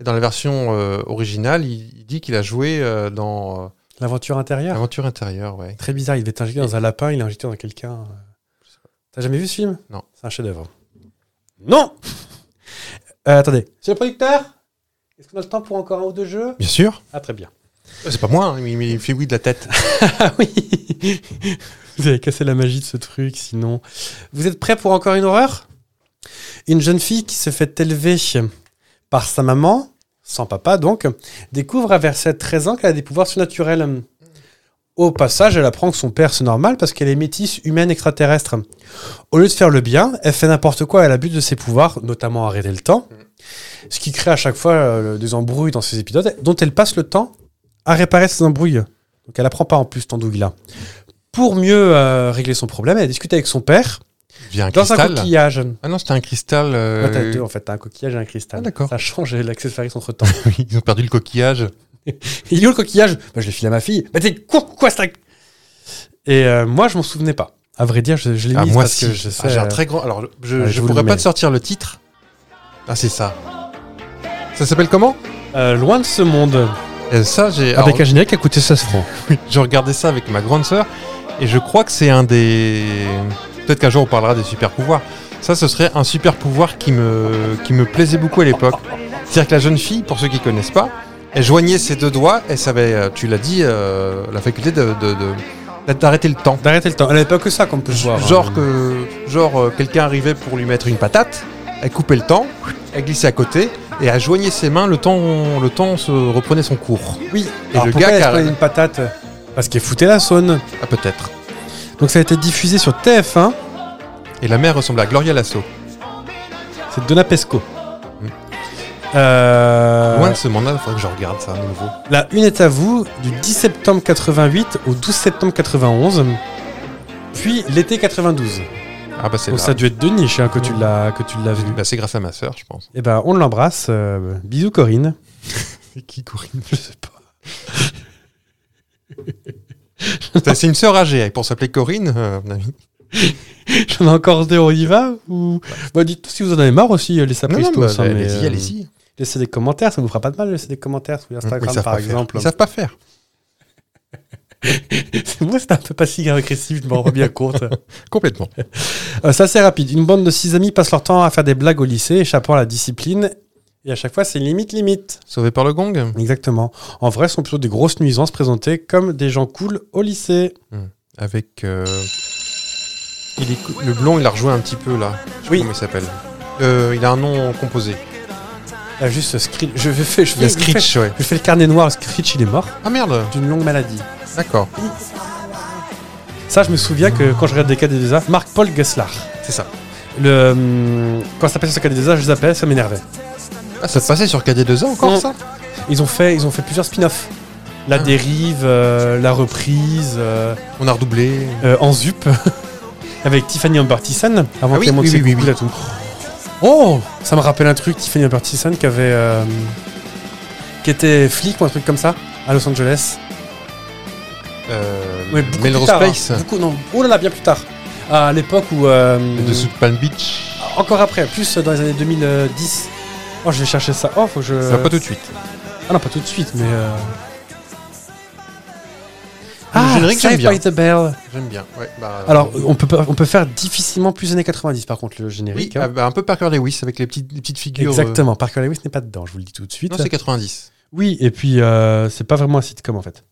Speaker 2: Et dans la version euh, originale, il, il dit qu'il a joué euh, dans euh,
Speaker 1: L'aventure intérieure
Speaker 2: l'aventure intérieure. Ouais.
Speaker 1: Très bizarre, il devait être injecté dans un lapin, il est injecté dans quelqu'un. euh. T'as jamais vu ce film
Speaker 2: Non.
Speaker 1: C'est un chef-d'œuvre. Non [laughs] Euh, Attendez. Monsieur le producteur Est-ce qu'on a le temps pour encore un ou deux jeux
Speaker 2: Bien sûr.
Speaker 1: Ah, très bien.
Speaker 2: [laughs]
Speaker 1: [laughs]
Speaker 2: C'est pas moi, hein, mais il me fait oui de la tête.
Speaker 1: Ah oui Vous avez cassé la magie de ce truc, sinon. Vous êtes prêts pour encore une horreur Une jeune fille qui se fait élever par sa maman, sans papa donc, découvre à vers ses 13 ans qu'elle a des pouvoirs surnaturels. Au passage, elle apprend que son père, c'est normal parce qu'elle est métisse humaine extraterrestre. Au lieu de faire le bien, elle fait n'importe quoi, elle abuse de ses pouvoirs, notamment arrêter le temps, ce qui crée à chaque fois euh, des embrouilles dans ses épisodes, dont elle passe le temps à réparer ses embrouilles. Donc elle apprend pas en plus Tandouila. Pour mieux euh, régler son problème, elle discute avec son père
Speaker 2: Via un
Speaker 1: dans un
Speaker 2: cristal.
Speaker 1: coquillage.
Speaker 2: Ah non, c'était un cristal. euh,
Speaker 1: Là, t'as deux en fait, t'as un coquillage et un cristal.
Speaker 2: Ah, d'accord.
Speaker 1: Ça change l'accessoire entre temps.
Speaker 2: [laughs]
Speaker 1: [laughs]
Speaker 2: Ils ont perdu le coquillage.
Speaker 1: Il est où le coquillage bah, Je l'ai filé à ma fille. Bah, t'es quoi, quoi ça Et euh, moi, je m'en souvenais pas. À vrai dire, je, je l'ai
Speaker 2: Ah,
Speaker 1: mis
Speaker 2: moi,
Speaker 1: parce
Speaker 2: si.
Speaker 1: que je sais. euh,
Speaker 2: Ah, j'ai un très grand. Alors, je,
Speaker 1: Ouais,
Speaker 2: je,
Speaker 1: je vous le
Speaker 2: pourrais
Speaker 1: mets.
Speaker 2: pas te sortir le titre. Ah, c'est ça. Ça s'appelle comment
Speaker 1: euh, loin de ce monde.
Speaker 2: Euh, Ça, j'ai.
Speaker 1: Avec
Speaker 2: alors,
Speaker 1: un générique qui a coûté 16 francs.
Speaker 2: Je regardais ça avec ma grande sœur et je crois que c'est un des. Peut-être qu'un jour on parlera des super pouvoirs. Ça, ce serait un super pouvoir qui me, qui me plaisait beaucoup à l'époque. C'est-à-dire que la jeune fille, pour ceux qui connaissent pas, elle joignait ses deux doigts, elle savait, euh, tu l'as dit, euh, la faculté de, de- de- d'arrêter le temps.
Speaker 1: D'arrêter le temps. Elle avait pas que ça qu'on peut voir. hein.
Speaker 2: Genre que genre euh, quelqu'un arrivait pour lui mettre une patate, elle coupait le temps, elle glissait à côté et elle joignait ses mains le temps, le temps se reprenait son cours.
Speaker 1: Oui.
Speaker 2: Et
Speaker 1: Alors,
Speaker 2: le
Speaker 1: pourquoi
Speaker 2: gars
Speaker 1: elle
Speaker 2: qui
Speaker 1: se
Speaker 2: a-
Speaker 1: prenait une patate Parce qu'elle foutait la saune.
Speaker 2: Ah, peut-être.
Speaker 1: Donc ça a été diffusé sur TF1.
Speaker 2: Et la mère ressemblait à Gloria Lasso.
Speaker 1: C'est Donna Pesco.
Speaker 2: Mm.
Speaker 1: Euh,
Speaker 2: Loin de ce mandat, il faudrait que je regarde ça à nouveau.
Speaker 1: La une est à vous du 10 septembre 88 au 12 septembre 91, puis l'été 92.
Speaker 2: Ah bah c'est
Speaker 1: Donc
Speaker 2: là.
Speaker 1: Oh, ça a dû être de niche hein, que tu l'as que tu l'as vu.
Speaker 2: Bah, c'est grâce à ma sœur, je pense.
Speaker 1: Et ben on l'embrasse. euh, bisous Corinne.
Speaker 2: C'est [laughs] qui Corinne Je sais pas. c'est une sœur âgée, et pour s'appeler Corinne, euh, à mon ami.
Speaker 1: [laughs] J'en ai encore deux, on y va ou... bah, Dites-nous si vous en avez marre aussi, euh, les
Speaker 2: Non,
Speaker 1: sapins
Speaker 2: non,
Speaker 1: tous,
Speaker 2: bah,
Speaker 1: hein, mais,
Speaker 2: allez-y,
Speaker 1: euh,
Speaker 2: allez-y.
Speaker 1: Laissez des commentaires, ça vous fera pas de mal, laissez des commentaires sur
Speaker 2: Hum, mais ils
Speaker 1: Instagram
Speaker 2: savent
Speaker 1: par
Speaker 2: pas faire.
Speaker 1: exemple.
Speaker 2: Ils savent pas faire.
Speaker 1: [laughs] Moi c'était un peu pas si agressif, je m'en rends bien compte. [laughs]
Speaker 2: Complètement.
Speaker 1: Euh, c'est assez rapide. Une bande de six amis passe leur temps à faire des blagues au lycée, échappant à la discipline. Et à chaque fois, c'est limite, limite.
Speaker 2: Sauvé par le gong
Speaker 1: Exactement. En vrai, ce sont plutôt des grosses nuisances présentées comme des gens cool au lycée.
Speaker 2: Avec. euh, il est cou- Le blond, il a rejoint un petit peu là. Je sais
Speaker 1: Oui.
Speaker 2: pas Comment il s'appelle Euh, Il a un nom composé.
Speaker 1: Là, juste euh, Screech. Je vais faire, je
Speaker 2: Il y
Speaker 1: fais,
Speaker 2: a
Speaker 1: je fais,
Speaker 2: Screech, ouais.
Speaker 1: je fais le carnet noir. Screech, il est mort
Speaker 2: Ah merde
Speaker 1: d'une longue maladie.
Speaker 2: D'accord,
Speaker 1: Ça, je me souviens que quand je regarde des cas des a Marc-Paul Gesslar.
Speaker 2: c'est ça.
Speaker 1: Le, hum, quand ça passait sur KD2A, je les appelais, ça m'énervait.
Speaker 2: Ah, ça passait sur KD2A encore
Speaker 1: Non.
Speaker 2: ça
Speaker 1: Ils ont fait, ils ont fait plusieurs spin-offs. La
Speaker 2: Ah.
Speaker 1: dérive, euh, la reprise, euh,
Speaker 2: On a redoublé.
Speaker 1: euh, en zup [laughs] avec Tiffany Ambertison avant
Speaker 2: Ah oui,
Speaker 1: qu'elle monte
Speaker 2: oui,
Speaker 1: ses
Speaker 2: oui, oui,
Speaker 1: coucous
Speaker 2: oui.
Speaker 1: à tout. Oh, ça me rappelle un truc Tiffany Ambertison qui avait euh, qui était flic ou un truc comme ça à Los Angeles.
Speaker 2: Euh,
Speaker 1: Ouais, beaucoup
Speaker 2: Melrose
Speaker 1: plus tard, hein.
Speaker 2: Place.
Speaker 1: Beaucoup non. Oh là là, bien plus tard. À l'époque où euh,
Speaker 2: Dessous de Palm Beach.
Speaker 1: encore après, plus dans les années 2010. Oh, je vais chercher ça. Oh, faut que je.
Speaker 2: Ça va pas tout de suite.
Speaker 1: Ah non, pas tout de suite, mais. euh,
Speaker 2: Le
Speaker 1: Ah,
Speaker 2: générique, j'aime
Speaker 1: Saved
Speaker 2: bien.
Speaker 1: by the Bell.
Speaker 2: J'aime bien. Ouais, bah,
Speaker 1: Alors, on peut, pas- on peut faire difficilement plus années 90 par contre le
Speaker 2: oui,
Speaker 1: générique. hein.
Speaker 2: ah bah, un peu Parker Lewis avec les petites, les petites figures. euh,
Speaker 1: Exactement, Parker Lewis n'est pas dedans, je vous le dis tout de suite.
Speaker 2: Non, c'est 90.
Speaker 1: oui, et puis euh, c'est pas vraiment un sitcom en fait.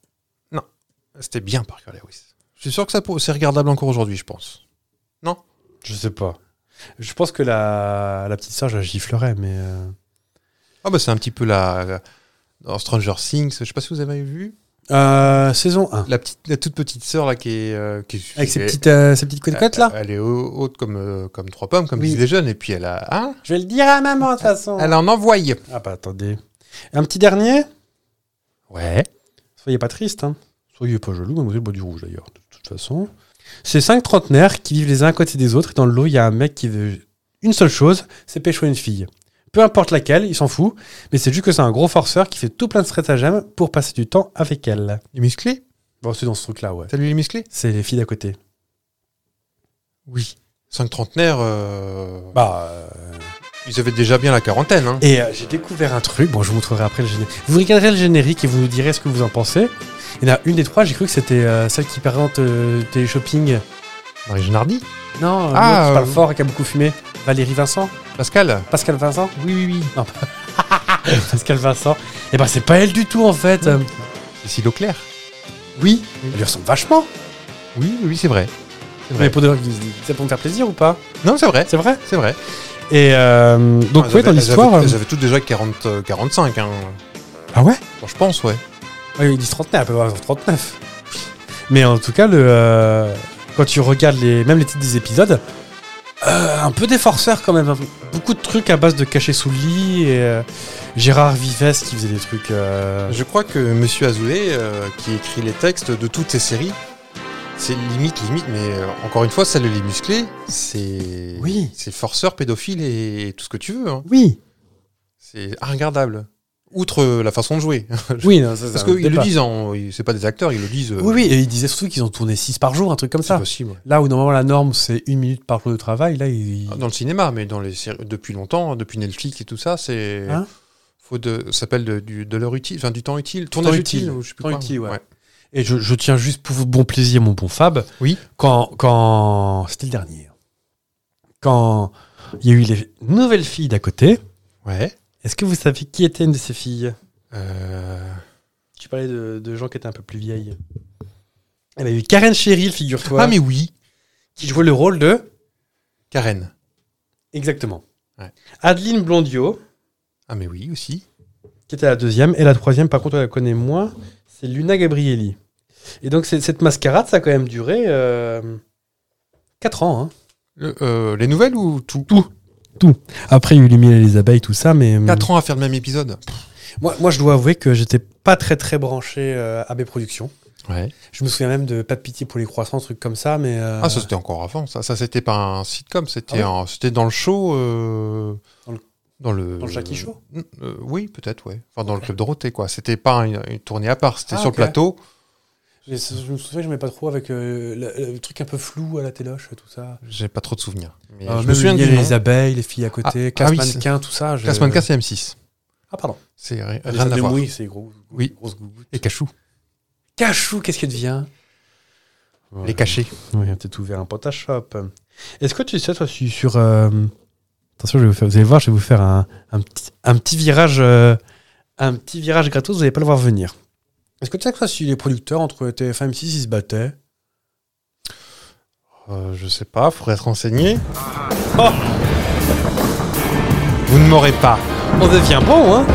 Speaker 2: C'était bien Parker Lewis. Je suis sûr que ça pour- c'est regardable encore aujourd'hui, je pense.
Speaker 1: Je sais pas. Je pense que la, la petite sœur, je la giflerais, mais. euh,
Speaker 2: Ah bah c'est un petit peu la, la- dans Stranger Things, je sais pas si vous avez vu
Speaker 1: euh, saison 1.
Speaker 2: la petite la toute petite sœur là qui est euh, qui est-
Speaker 1: Avec ses
Speaker 2: elle-
Speaker 1: petites, euh, ses petites côtes là
Speaker 2: Elle est haut- haute comme euh, comme trois pommes comme
Speaker 1: Oui. Oh.
Speaker 2: disent les jeunes et puis elle a hein
Speaker 1: Je vais le dire à maman de toute façon.
Speaker 2: elle en envoie.
Speaker 1: Ah bah attendez. Un petit dernier
Speaker 2: Ouais.
Speaker 1: Soyez pas triste. Hein. Soyez pas jaloux, mademoiselle boit du rouge d'ailleurs, de toute façon. C'est cinq trentenaires qui vivent les uns à côté des autres. Et dans le lot, il y a un mec qui veut une seule chose, c'est pécho une fille. Peu importe laquelle, il s'en fout, mais c'est juste que c'est un gros forceur qui fait tout plein de stratagèmes pour passer du temps avec elle.
Speaker 2: Les musclés
Speaker 1: Bon, c'est dans ce truc-là, ouais.
Speaker 2: Salut les musclés
Speaker 1: C'est les filles d'à côté.
Speaker 2: Oui. Cinq trentenaires euh,
Speaker 1: Bah. euh,
Speaker 2: ils avaient déjà bien la quarantaine hein.
Speaker 1: Et euh, j'ai découvert un truc, bon, je vous montrerai après le générique. Vous regarderez le générique et vous nous direz ce que vous en pensez. Il y en a une des trois, j'ai cru que c'était euh, celle qui présente euh, Téléshopping.
Speaker 2: Marie Genardi
Speaker 1: Non, euh,
Speaker 2: Ah,
Speaker 1: l'autre qui parle
Speaker 2: euh,
Speaker 1: fort et qui a beaucoup fumé. Valérie Vincent
Speaker 2: Pascal
Speaker 1: Pascal
Speaker 2: [laughs]
Speaker 1: Vincent
Speaker 2: Oui, oui, oui.
Speaker 1: Non. Pascal Vincent. Eh ben, c'est pas elle du tout, en fait. Euh,
Speaker 2: Cécile Auclair.
Speaker 1: oui, elle lui ressemble vachement.
Speaker 2: Oui, oui, c'est vrai. C'est vrai.
Speaker 1: Mais pour de vrai, c'est pour me faire plaisir ou pas
Speaker 2: Non, c'est vrai.
Speaker 1: C'est vrai
Speaker 2: C'est vrai.
Speaker 1: Et euh, donc,
Speaker 2: Ah, elles
Speaker 1: ouais, dans
Speaker 2: avaient- elles avaient-
Speaker 1: l'histoire.
Speaker 2: Elles
Speaker 1: euh,
Speaker 2: avaient toutes déjà 40, euh, 45, hein.
Speaker 1: Ah ouais
Speaker 2: Enfin, je pense, ouais.
Speaker 1: Oui, ils disent 39, à peu près 39. Mais en tout cas, le, euh, quand tu regardes les, même les titres des épisodes, euh, un peu des forceurs quand même. un peu- Beaucoup de trucs à base de cachets sous le lit. Et, euh, Gérard Vives qui faisait des trucs. euh,
Speaker 2: Je crois que Monsieur Azoulay, euh, qui écrit les textes de toutes ces séries, c'est limite, limite, mais euh, encore une fois, celle de Les Musclés, c'est.
Speaker 1: Oui.
Speaker 2: C'est forceur, pédophile et, et tout ce que tu veux. hein.
Speaker 1: [laughs] Oui,
Speaker 2: C'est regardable. Outre euh, la façon de jouer.
Speaker 1: oui, non, ça, c'est
Speaker 2: Parce
Speaker 1: un
Speaker 2: qu'ils le
Speaker 1: débat.
Speaker 2: disent, en- ils- c'est pas des acteurs, ils le disent. euh,
Speaker 1: Oui, oui, et ils disaient surtout qu'ils ont tourné 6 par jour, un truc comme
Speaker 2: C'est
Speaker 1: ça.
Speaker 2: possible.
Speaker 1: Là où normalement la norme c'est une minute par jour de travail, là ils.
Speaker 2: Dans le cinéma, mais dans les séries- depuis longtemps, hein, depuis Netflix et tout ça, c'est.
Speaker 1: Hein
Speaker 2: faut de, ça s'appelle de, du- de l'heure utile, enfin du temps utile, tournage
Speaker 1: utile.
Speaker 2: utile, ou je sais plus
Speaker 1: Temps
Speaker 2: quoi.
Speaker 1: utile, ouais. Et je, je tiens juste pour votre bon plaisir, mon bon Fab.
Speaker 2: Oui.
Speaker 1: Quand. quand C'était le dernier. Quand il y a eu les nouvelles filles d'à côté,
Speaker 2: Ouais.
Speaker 1: est-ce que vous savez qui était une de ces filles
Speaker 2: Euh,
Speaker 1: Tu parlais de, de gens qui étaient un peu plus vieilles. Eh ben, Il y a eu Karen Cheryl, figure-toi,
Speaker 2: Ah, mais oui,
Speaker 1: qui jouait le rôle de.
Speaker 2: Karen.
Speaker 1: Exactement.
Speaker 2: Ouais.
Speaker 1: Adeline Blondio,
Speaker 2: Ah, mais oui, aussi.
Speaker 1: qui était la deuxième. Et la troisième, par contre, on la connaît moins. C'est Luna Gabrielli. Et donc, c'est- cette mascarade, ça a quand même duré 4 ans. Hein.
Speaker 2: Le- euh, les nouvelles ou tout
Speaker 1: Après, il y a eu les mille et les abeilles, tout ça, mais.
Speaker 2: 4 ans à faire le même épisode.
Speaker 1: Moi, moi, je dois avouer que j'étais pas très très branché euh, à mes productions.
Speaker 2: Ouais.
Speaker 1: Je me souviens même de Pas de pitié pour les croissants, truc comme ça, mais. euh,
Speaker 2: Ah, ça c'était encore avant. Ça, ça c'était pas un sitcom, c'était
Speaker 1: Ah
Speaker 2: un- c'était dans le show. euh,
Speaker 1: Dans le-
Speaker 2: dans le,
Speaker 1: dans le Jackie Show
Speaker 2: Mm, euh, Oui, peut-être, ouais. Enfin, dans le club Dorothée, quoi. C'était pas une, une tournée à part, c'était
Speaker 1: Ah,
Speaker 2: sur
Speaker 1: ok.
Speaker 2: le plateau.
Speaker 1: mais ça, je me souviens que j'aimais pas trop avec euh, le, le truc un peu flou à la téloche, tout ça.
Speaker 2: J'ai pas trop de souvenirs. Mais
Speaker 1: Euh,
Speaker 2: je me
Speaker 1: même
Speaker 2: souviens
Speaker 1: il y
Speaker 2: du
Speaker 1: a
Speaker 2: nom.
Speaker 1: les abeilles, les filles à côté,
Speaker 2: Ah,
Speaker 1: Classe
Speaker 2: ah oui,
Speaker 1: mannequin, tout ça. je-
Speaker 2: Classe Mannequin, c'est M6.
Speaker 1: Ah, pardon.
Speaker 2: C'est ri-
Speaker 1: Les
Speaker 2: rien à
Speaker 1: Sables
Speaker 2: voir.
Speaker 1: Mouilles, c'est gros.
Speaker 2: Oui.
Speaker 1: Grosse gougoute.
Speaker 2: Et Cachou.
Speaker 1: Cachou, qu'est-ce qu'il devient
Speaker 2: Les Cachés.
Speaker 1: Oui, on a peut-être ouvert un pot à shop. Est-ce que tu sais, toi, si sur. euh, Attention, je vais vous, faire- vous allez voir, je vais vous faire un, un petit, un petit virage. euh, Un petit virage gratos, vous n'allez pas le voir venir. Est-ce que tu sais que toi, si les producteurs entre TF1 et M6 ils se battaient
Speaker 2: Euh, je sais pas, faudrait se renseigner.
Speaker 1: Ah.
Speaker 2: Vous ne m'aurez pas.
Speaker 1: On devient bon, hein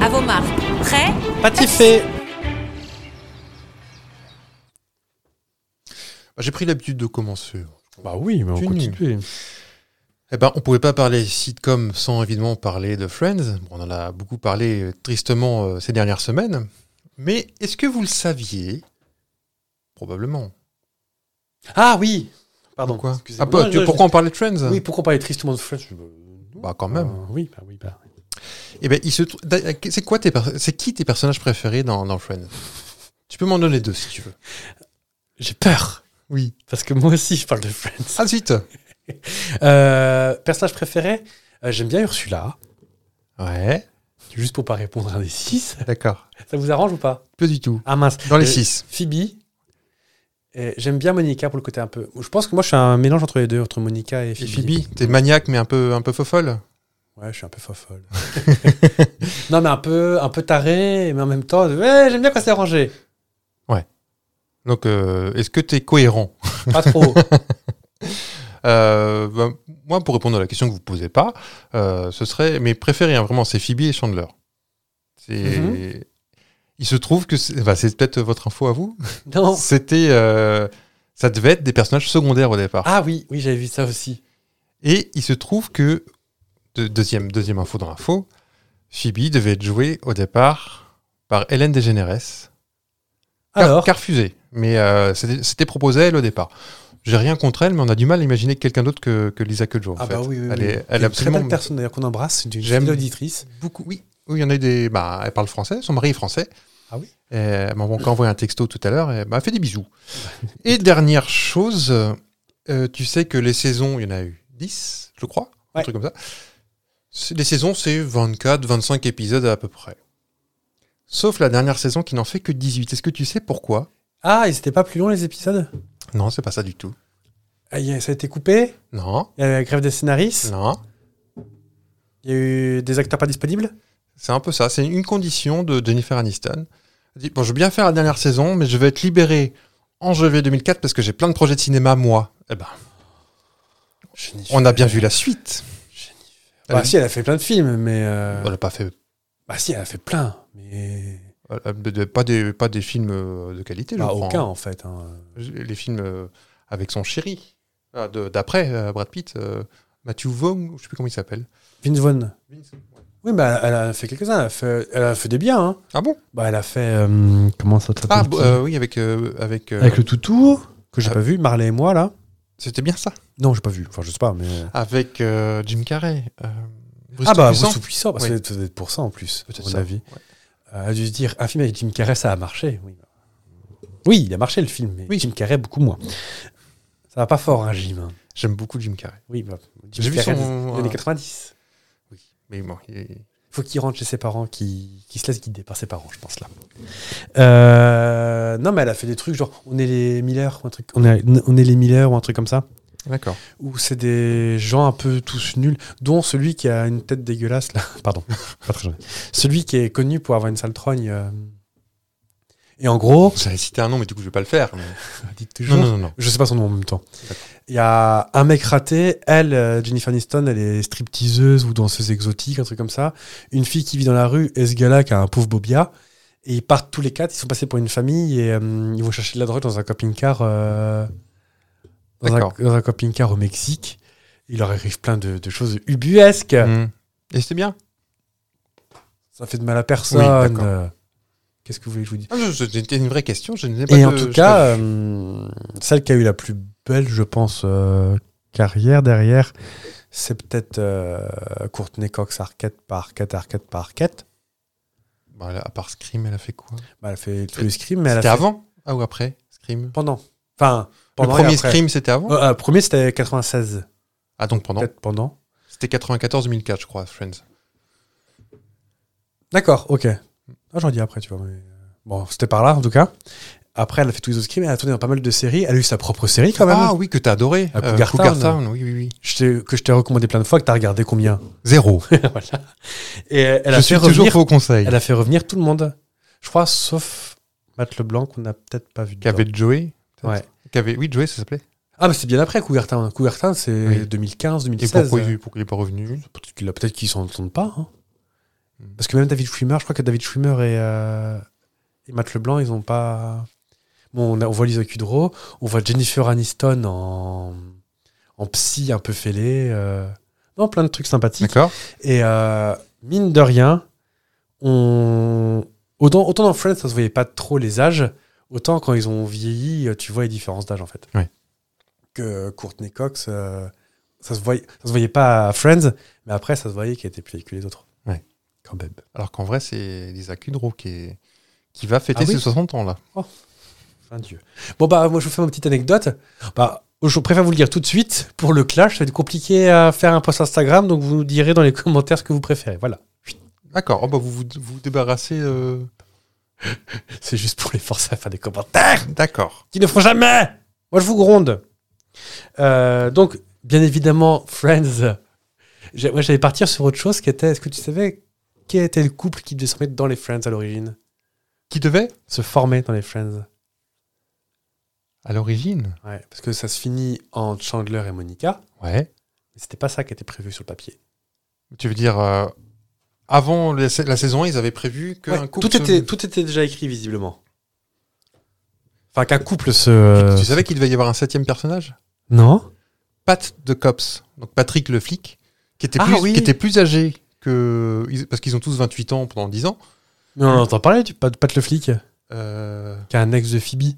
Speaker 6: À vos marques. Prêt
Speaker 1: Pâtiffé
Speaker 2: J'ai pris l'habitude de commencer.
Speaker 1: Bah oui, mais on
Speaker 2: Tu
Speaker 1: continue.
Speaker 2: Eh ben, on pouvait pas parler sitcom sans évidemment parler de Friends. Bon, on en a beaucoup parlé euh, tristement euh, ces dernières semaines. Mais est-ce que vous le saviez Probablement.
Speaker 1: Ah oui Pardon.
Speaker 2: Quoi
Speaker 1: excusez-moi.
Speaker 2: ah, bah,
Speaker 1: Non,
Speaker 2: tu-
Speaker 1: je-
Speaker 2: Pourquoi on parlait de Friends
Speaker 1: Oui, pourquoi parler tristement de Friends
Speaker 2: Bah, quand même.
Speaker 1: Ah, oui, bah oui, bah.
Speaker 2: Eh ben, il se trou- d'ailleurs, c'est quoi tes per- c'est qui tes personnages préférés dans, dans Friends Tu peux m'en donner deux si tu veux.
Speaker 1: J'ai peur.
Speaker 2: Oui.
Speaker 1: Parce que moi aussi, je parle de Friends.
Speaker 2: Ah zut
Speaker 1: Euh, personnage préféré Euh, J'aime bien Ursula.
Speaker 2: Ouais,
Speaker 1: Juste pour pas répondre à un des six. [laughs]
Speaker 2: d'accord.
Speaker 1: Ça vous arrange ou pas
Speaker 2: Peu du tout.
Speaker 1: Ah mince.
Speaker 2: Dans les
Speaker 1: Euh,
Speaker 2: six.
Speaker 1: Phoebe. Et J'aime bien Monica pour le côté un peu. Je pense que moi je suis un mélange entre les deux, entre Monica et
Speaker 2: Et
Speaker 1: Phoebe.
Speaker 2: Phoebe, t'es maniaque mais un peu, un peu fofolle
Speaker 1: Ouais, je suis un peu fofolle. [laughs] non, mais un peu, un peu taré, mais en même temps, ouais, j'aime bien quand c'est rangé.
Speaker 2: Donc, euh, est-ce que t'es cohérent
Speaker 1: Pas
Speaker 2: [laughs]
Speaker 1: trop.
Speaker 2: Euh, ben, moi, pour répondre à la question que vous posez pas, euh, ce serait mes préférés, hein, vraiment, c'est Phoebe et Chandler. C'est.
Speaker 1: Mhm.
Speaker 2: Il se trouve que c'est bah, c'est peut-être votre info
Speaker 1: [laughs]
Speaker 2: à vous.
Speaker 1: non.
Speaker 2: C'était, euh, ça devait être des personnages secondaires au départ.
Speaker 1: Ah oui, oui, j'avais vu ça aussi.
Speaker 2: Et il se trouve que de- deuxième deuxième info dans l'info, Phoebe devait être jouée au départ par Hélène DeGeneres. Car-
Speaker 1: Alors,
Speaker 2: Car refusée. Mais euh, c'était c'était proposé à elle au départ. J'ai rien contre elle, mais on a du mal à imaginer quelqu'un d'autre que, que Lisa Kudrow. en
Speaker 1: ah
Speaker 2: fait.
Speaker 1: bah oui, oui,
Speaker 2: elle
Speaker 1: oui.
Speaker 2: est,
Speaker 1: C'est
Speaker 2: elle est
Speaker 1: une
Speaker 2: absolument
Speaker 1: très belle personne d'ailleurs qu'on embrasse, c'est une
Speaker 2: J'aime-
Speaker 1: fidèle auditrice.
Speaker 2: beaucoup. Oui, oui, il y en a eu des. Bah, elle parle français, son mari est français.
Speaker 1: Ah oui
Speaker 2: Et elle m'a encore envoyé un texto tout à l'heure. Et bah, elle fait des bisous. et dernière chose, euh, tu sais que les saisons, il y en a eu 10, je crois, un
Speaker 1: Ouais.
Speaker 2: truc comme ça. C'est- Les saisons, c'est 24, 25 épisodes à peu près. Sauf la dernière saison qui n'en fait que 18. Est-ce que tu sais pourquoi
Speaker 1: Ah, et c'était pas plus long les épisodes
Speaker 2: Non, c'est pas ça du tout.
Speaker 1: Ah, y a- Ça a été coupé
Speaker 2: Non,
Speaker 1: Il y a la grève des scénaristes.
Speaker 2: non.
Speaker 1: Il Il y a eu des acteurs pas disponibles
Speaker 2: C'est un peu ça. C'est une condition de Jennifer Aniston. Elle dit, bon, je veux bien faire la dernière saison, mais je vais être libérée en janvier 2004 parce que j'ai plein de projets de cinéma, moi. Eh ben, on a bien vu la suite.
Speaker 1: Bah, si, elle a fait plein de films, mais. euh,
Speaker 2: Elle n'a pas fait
Speaker 1: Bah, si, elle a fait plein. Mais.
Speaker 2: elle a- de- pas des, pas des films euh, de qualité, je
Speaker 1: Bah,
Speaker 2: crois.
Speaker 1: aucun, en fait. hein.
Speaker 2: Les films euh, avec son chéri, Ah, de- d'après euh, Brad Pitt, euh, Matthew Vaughn, je sais plus comment il s'appelle.
Speaker 1: Vince Vaughn. Oui, bah, elle a fait quelques-uns. Elle a fait, elle a fait des biens. hein.
Speaker 2: Ah bon
Speaker 1: Bah, elle a fait. euh, comment ça s'appelle
Speaker 2: Ah
Speaker 1: qui-
Speaker 2: bo- euh, oui, avec... euh, avec, euh,
Speaker 1: Avec le toutou, que j'ai
Speaker 2: Ah.
Speaker 1: pas vu, Marley et moi, là.
Speaker 2: C'était bien ça.
Speaker 1: Non, j'ai pas vu. Enfin, je sais pas, mais.
Speaker 2: Avec euh, Jim Carrey. euh, Bruce
Speaker 1: ah, bah,
Speaker 2: Tout-Puissant.
Speaker 1: vous sous-puissant, parce
Speaker 2: Oui.
Speaker 1: que c'est peut-être pour ça, en plus, à
Speaker 2: Peut-être
Speaker 1: mon
Speaker 2: ça.
Speaker 1: avis. Euh, Elle a dû se dire, un film avec Jim Carrey, ça a marché. Oui, oui il a marché, le film, mais
Speaker 2: Oui.
Speaker 1: Jim Carrey, beaucoup moins. Ça va pas fort, hein, Jim. hein.
Speaker 2: J'aime beaucoup Jim Carrey.
Speaker 1: Oui, bah, Jim
Speaker 2: J'ai vu
Speaker 1: Carrey
Speaker 2: son- euh,
Speaker 1: des années 90.
Speaker 2: Oui, mais bon, il est-
Speaker 1: faut qu'il rentre chez ses parents, qu'il qu'il se laisse guider par ses parents, je pense là. Euh, non, mais elle a fait des trucs genre on est les Miller ou un truc, on est, on est les Miller ou un truc comme ça,
Speaker 2: D'accord.
Speaker 1: où c'est des gens un peu tous nuls, dont celui qui a une tête dégueulasse là, [laughs] pardon, pas très gentil. celui qui est connu pour avoir une sale trogne. euh. Et en gros,
Speaker 2: J'allais citer un nom, mais du coup, je vais pas le faire.
Speaker 1: [laughs]
Speaker 2: mais-
Speaker 1: toujours.
Speaker 2: Non, non, non, non.
Speaker 1: Je sais pas son nom en même temps.
Speaker 2: D'accord.
Speaker 1: Il y a un mec raté, elle, euh, Jennifer Aniston, elle est stripteaseuse ou danseuse exotique, un truc comme ça. Une fille qui vit dans la rue, et ce gars-là qui a un pauvre bobia. Et ils partent tous les quatre, ils sont passés pour une famille et euh, ils vont chercher de la drogue dans un camping-car euh, dans, un,
Speaker 2: D'accord.
Speaker 1: dans un camping-car au Mexique. Il leur arrive plein de, de choses ubuesques.
Speaker 2: Mm. Et c'était bien.
Speaker 1: Ça fait de mal à personne.
Speaker 2: d'accord.
Speaker 1: Euh, Qu'est-ce que vous voulez que je vous dise
Speaker 2: Ah, je- je- C'était une vraie question. Je n'ai pas
Speaker 1: Et
Speaker 2: de-
Speaker 1: en tout
Speaker 2: je-
Speaker 1: cas, euh, celle qui a eu la plus belle, je pense, euh, carrière derrière, c'est peut-être euh, Courtney Cox, Arquette par Arquette, Arquette par Arquette.
Speaker 2: Bah, elle a- à part Scream, elle a fait quoi
Speaker 1: Bah, elle a fait tous les scrims, mais elle a
Speaker 2: C'était
Speaker 1: fait
Speaker 2: avant Ah ou après Scream
Speaker 1: pendant. Enfin, pendant
Speaker 2: Le premier
Speaker 1: et après.
Speaker 2: Scream, c'était avant
Speaker 1: Euh, euh, premier, c'était 96.
Speaker 2: Ah, donc pendant.
Speaker 1: Peut-être pendant.
Speaker 2: C'était 94-2004, je crois, Friends.
Speaker 1: D'accord, ok. Ah, J'en dis après, tu vois. mais, euh, Bon, c'était par là, en tout cas. Après, elle a fait tous les autres scrims, elle a tourné dans pas mal de séries. Elle a eu sa propre série, quand même.
Speaker 2: Ah oui, que t'as adoré.
Speaker 1: À Cougar Town.
Speaker 2: Town, oui, oui, oui.
Speaker 1: Je t'ai- que je t'ai recommandé plein de fois, que t'as regardé combien
Speaker 2: [laughs] Zéro.
Speaker 1: Voilà. Et elle a
Speaker 2: je
Speaker 1: fait
Speaker 2: suis
Speaker 1: revenir
Speaker 2: toujours au conseil.
Speaker 1: Elle a fait revenir tout le monde. Je crois, sauf Matt Leblanc, qu'on n'a peut-être pas vu.
Speaker 2: Qui avait Joey peut-être
Speaker 1: Ouais.
Speaker 2: Qui avait- Oui, Joey, ça s'appelait.
Speaker 1: Ah, mais c'est bien après Cougar Town. Cougar Town, c'est
Speaker 2: Oui.
Speaker 1: 2015,
Speaker 2: Et
Speaker 1: 2016.
Speaker 2: pourquoi,
Speaker 1: Euh,
Speaker 2: il- pourquoi il n'est pas revenu
Speaker 1: Peut-être qu'il a- peut-être qu'ils s'en entendent pas. hein.
Speaker 2: Hmm.
Speaker 1: Parce que même David Schwimmer, je crois que David Schwimmer et, euh, et Matt Leblanc, ils n'ont pas. Bon, on, a- on voit Lisa Kudrow, on voit Jennifer Aniston en, en psy un peu fêlée. euh, Non, plein de trucs sympathiques.
Speaker 2: D'accord.
Speaker 1: Et euh, mine de rien, on... autant, autant dans Friends, ça se voyait pas trop les âges, autant quand ils ont vieilli, euh, tu vois les différences d'âge en fait.
Speaker 2: Ouais.
Speaker 1: Que Courtney Cox, euh, ça, se voyait, ça se voyait pas à Friends, mais après, ça se voyait qu'elle était plus vieille que les autres.
Speaker 2: Ouais.
Speaker 1: Quand même.
Speaker 2: Alors qu'en vrai, c'est Lisa Kudrow qui, est- qui va fêter
Speaker 1: Ah oui
Speaker 2: ses 60 ans, là.
Speaker 1: Fin Dieu. Bon, bah, moi, je vous fais ma petite anecdote. Bah, je préfère vous le dire tout de suite. Pour le clash, ça va être compliqué à faire un post Instagram, donc vous nous direz dans les [laughs] commentaires ce que vous préférez. Voilà.
Speaker 2: D'accord. Oh, bah, vous vous, vous débarrassez. euh,
Speaker 1: C'est juste pour les forcer à faire des commentaires.
Speaker 2: D'accord.
Speaker 1: qui ne feront jamais. Moi, je vous gronde. Euh, donc, bien évidemment, Friends. J'ai- Moi, j'allais partir sur autre chose qui était est-ce que tu savais quel était le couple qui devait se mettre dans les Friends à l'origine
Speaker 2: Qui devait
Speaker 1: Se former dans les Friends.
Speaker 2: À l'origine
Speaker 1: Ouais, parce que ça se finit en Chandler et Monica.
Speaker 2: Ouais.
Speaker 1: mais C'était pas ça qui était prévu sur le papier.
Speaker 2: Tu veux dire, euh, avant la, sa- la saison 1, ils avaient prévu qu'un
Speaker 1: Ouais,
Speaker 2: couple.
Speaker 1: tout,
Speaker 2: se-
Speaker 1: était, tout était déjà écrit, visiblement. Enfin, qu'un couple se.
Speaker 2: Tu savais qu'il devait y avoir un septième personnage
Speaker 1: Non
Speaker 2: Pat de Cops, donc Patrick le flic, qui était
Speaker 1: Ah
Speaker 2: plus,
Speaker 1: oui.
Speaker 2: qui était plus âgé que. ils- Parce qu'ils ont tous 28 ans pendant 10 ans.
Speaker 1: Non, on entend parler du Pat, Pat le flic,
Speaker 2: Euh,
Speaker 1: qui a un ex de Phoebe,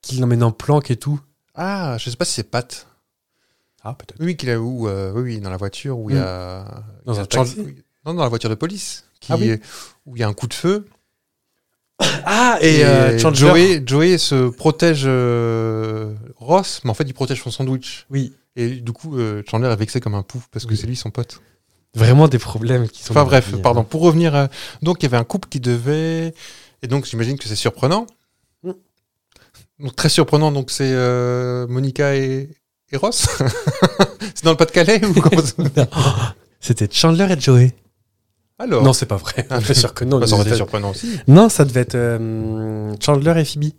Speaker 1: qui l'emmène en planque et tout.
Speaker 2: Ah, je sais pas si c'est Pat.
Speaker 1: Ah, peut-être.
Speaker 2: Oui, qu'il a où euh, oui, oui, dans la voiture où il y a.
Speaker 1: Dans
Speaker 2: il y a
Speaker 1: un taxi
Speaker 2: taxi- Non, dans la voiture de police. Qui
Speaker 1: Ah oui.
Speaker 2: est- Où il y a un coup de feu.
Speaker 1: Ah, et, euh, Chandler.
Speaker 2: Joey, Joey se protège euh, Ross, mais en fait, il protège son sandwich.
Speaker 1: Oui,
Speaker 2: Et du coup, euh, Chandler est vexé comme un pouf parce que c'est lui son pote.
Speaker 1: vraiment des hein. problèmes qui sont.
Speaker 2: Enfin bref, pardon. Pour revenir, à- donc il y avait un couple qui devait, et donc j'imagine que c'est surprenant.
Speaker 1: Mm.
Speaker 2: Donc très surprenant. Donc c'est [laughs] euh, Monica et, et Ross. c'est dans le Pas-de-Calais ou comment ça-
Speaker 1: Non. C'était Chandler et Joey. [laughs]
Speaker 2: Alors,
Speaker 1: Non, c'est pas vrai. [laughs]
Speaker 2: Ah,
Speaker 1: Je suis sûr que non.
Speaker 2: [laughs] bah, ça
Speaker 1: ils
Speaker 2: aurait été
Speaker 1: étaient-
Speaker 2: surprenant aussi.
Speaker 1: Non, ça devait être euh, Chandler et Phoebe.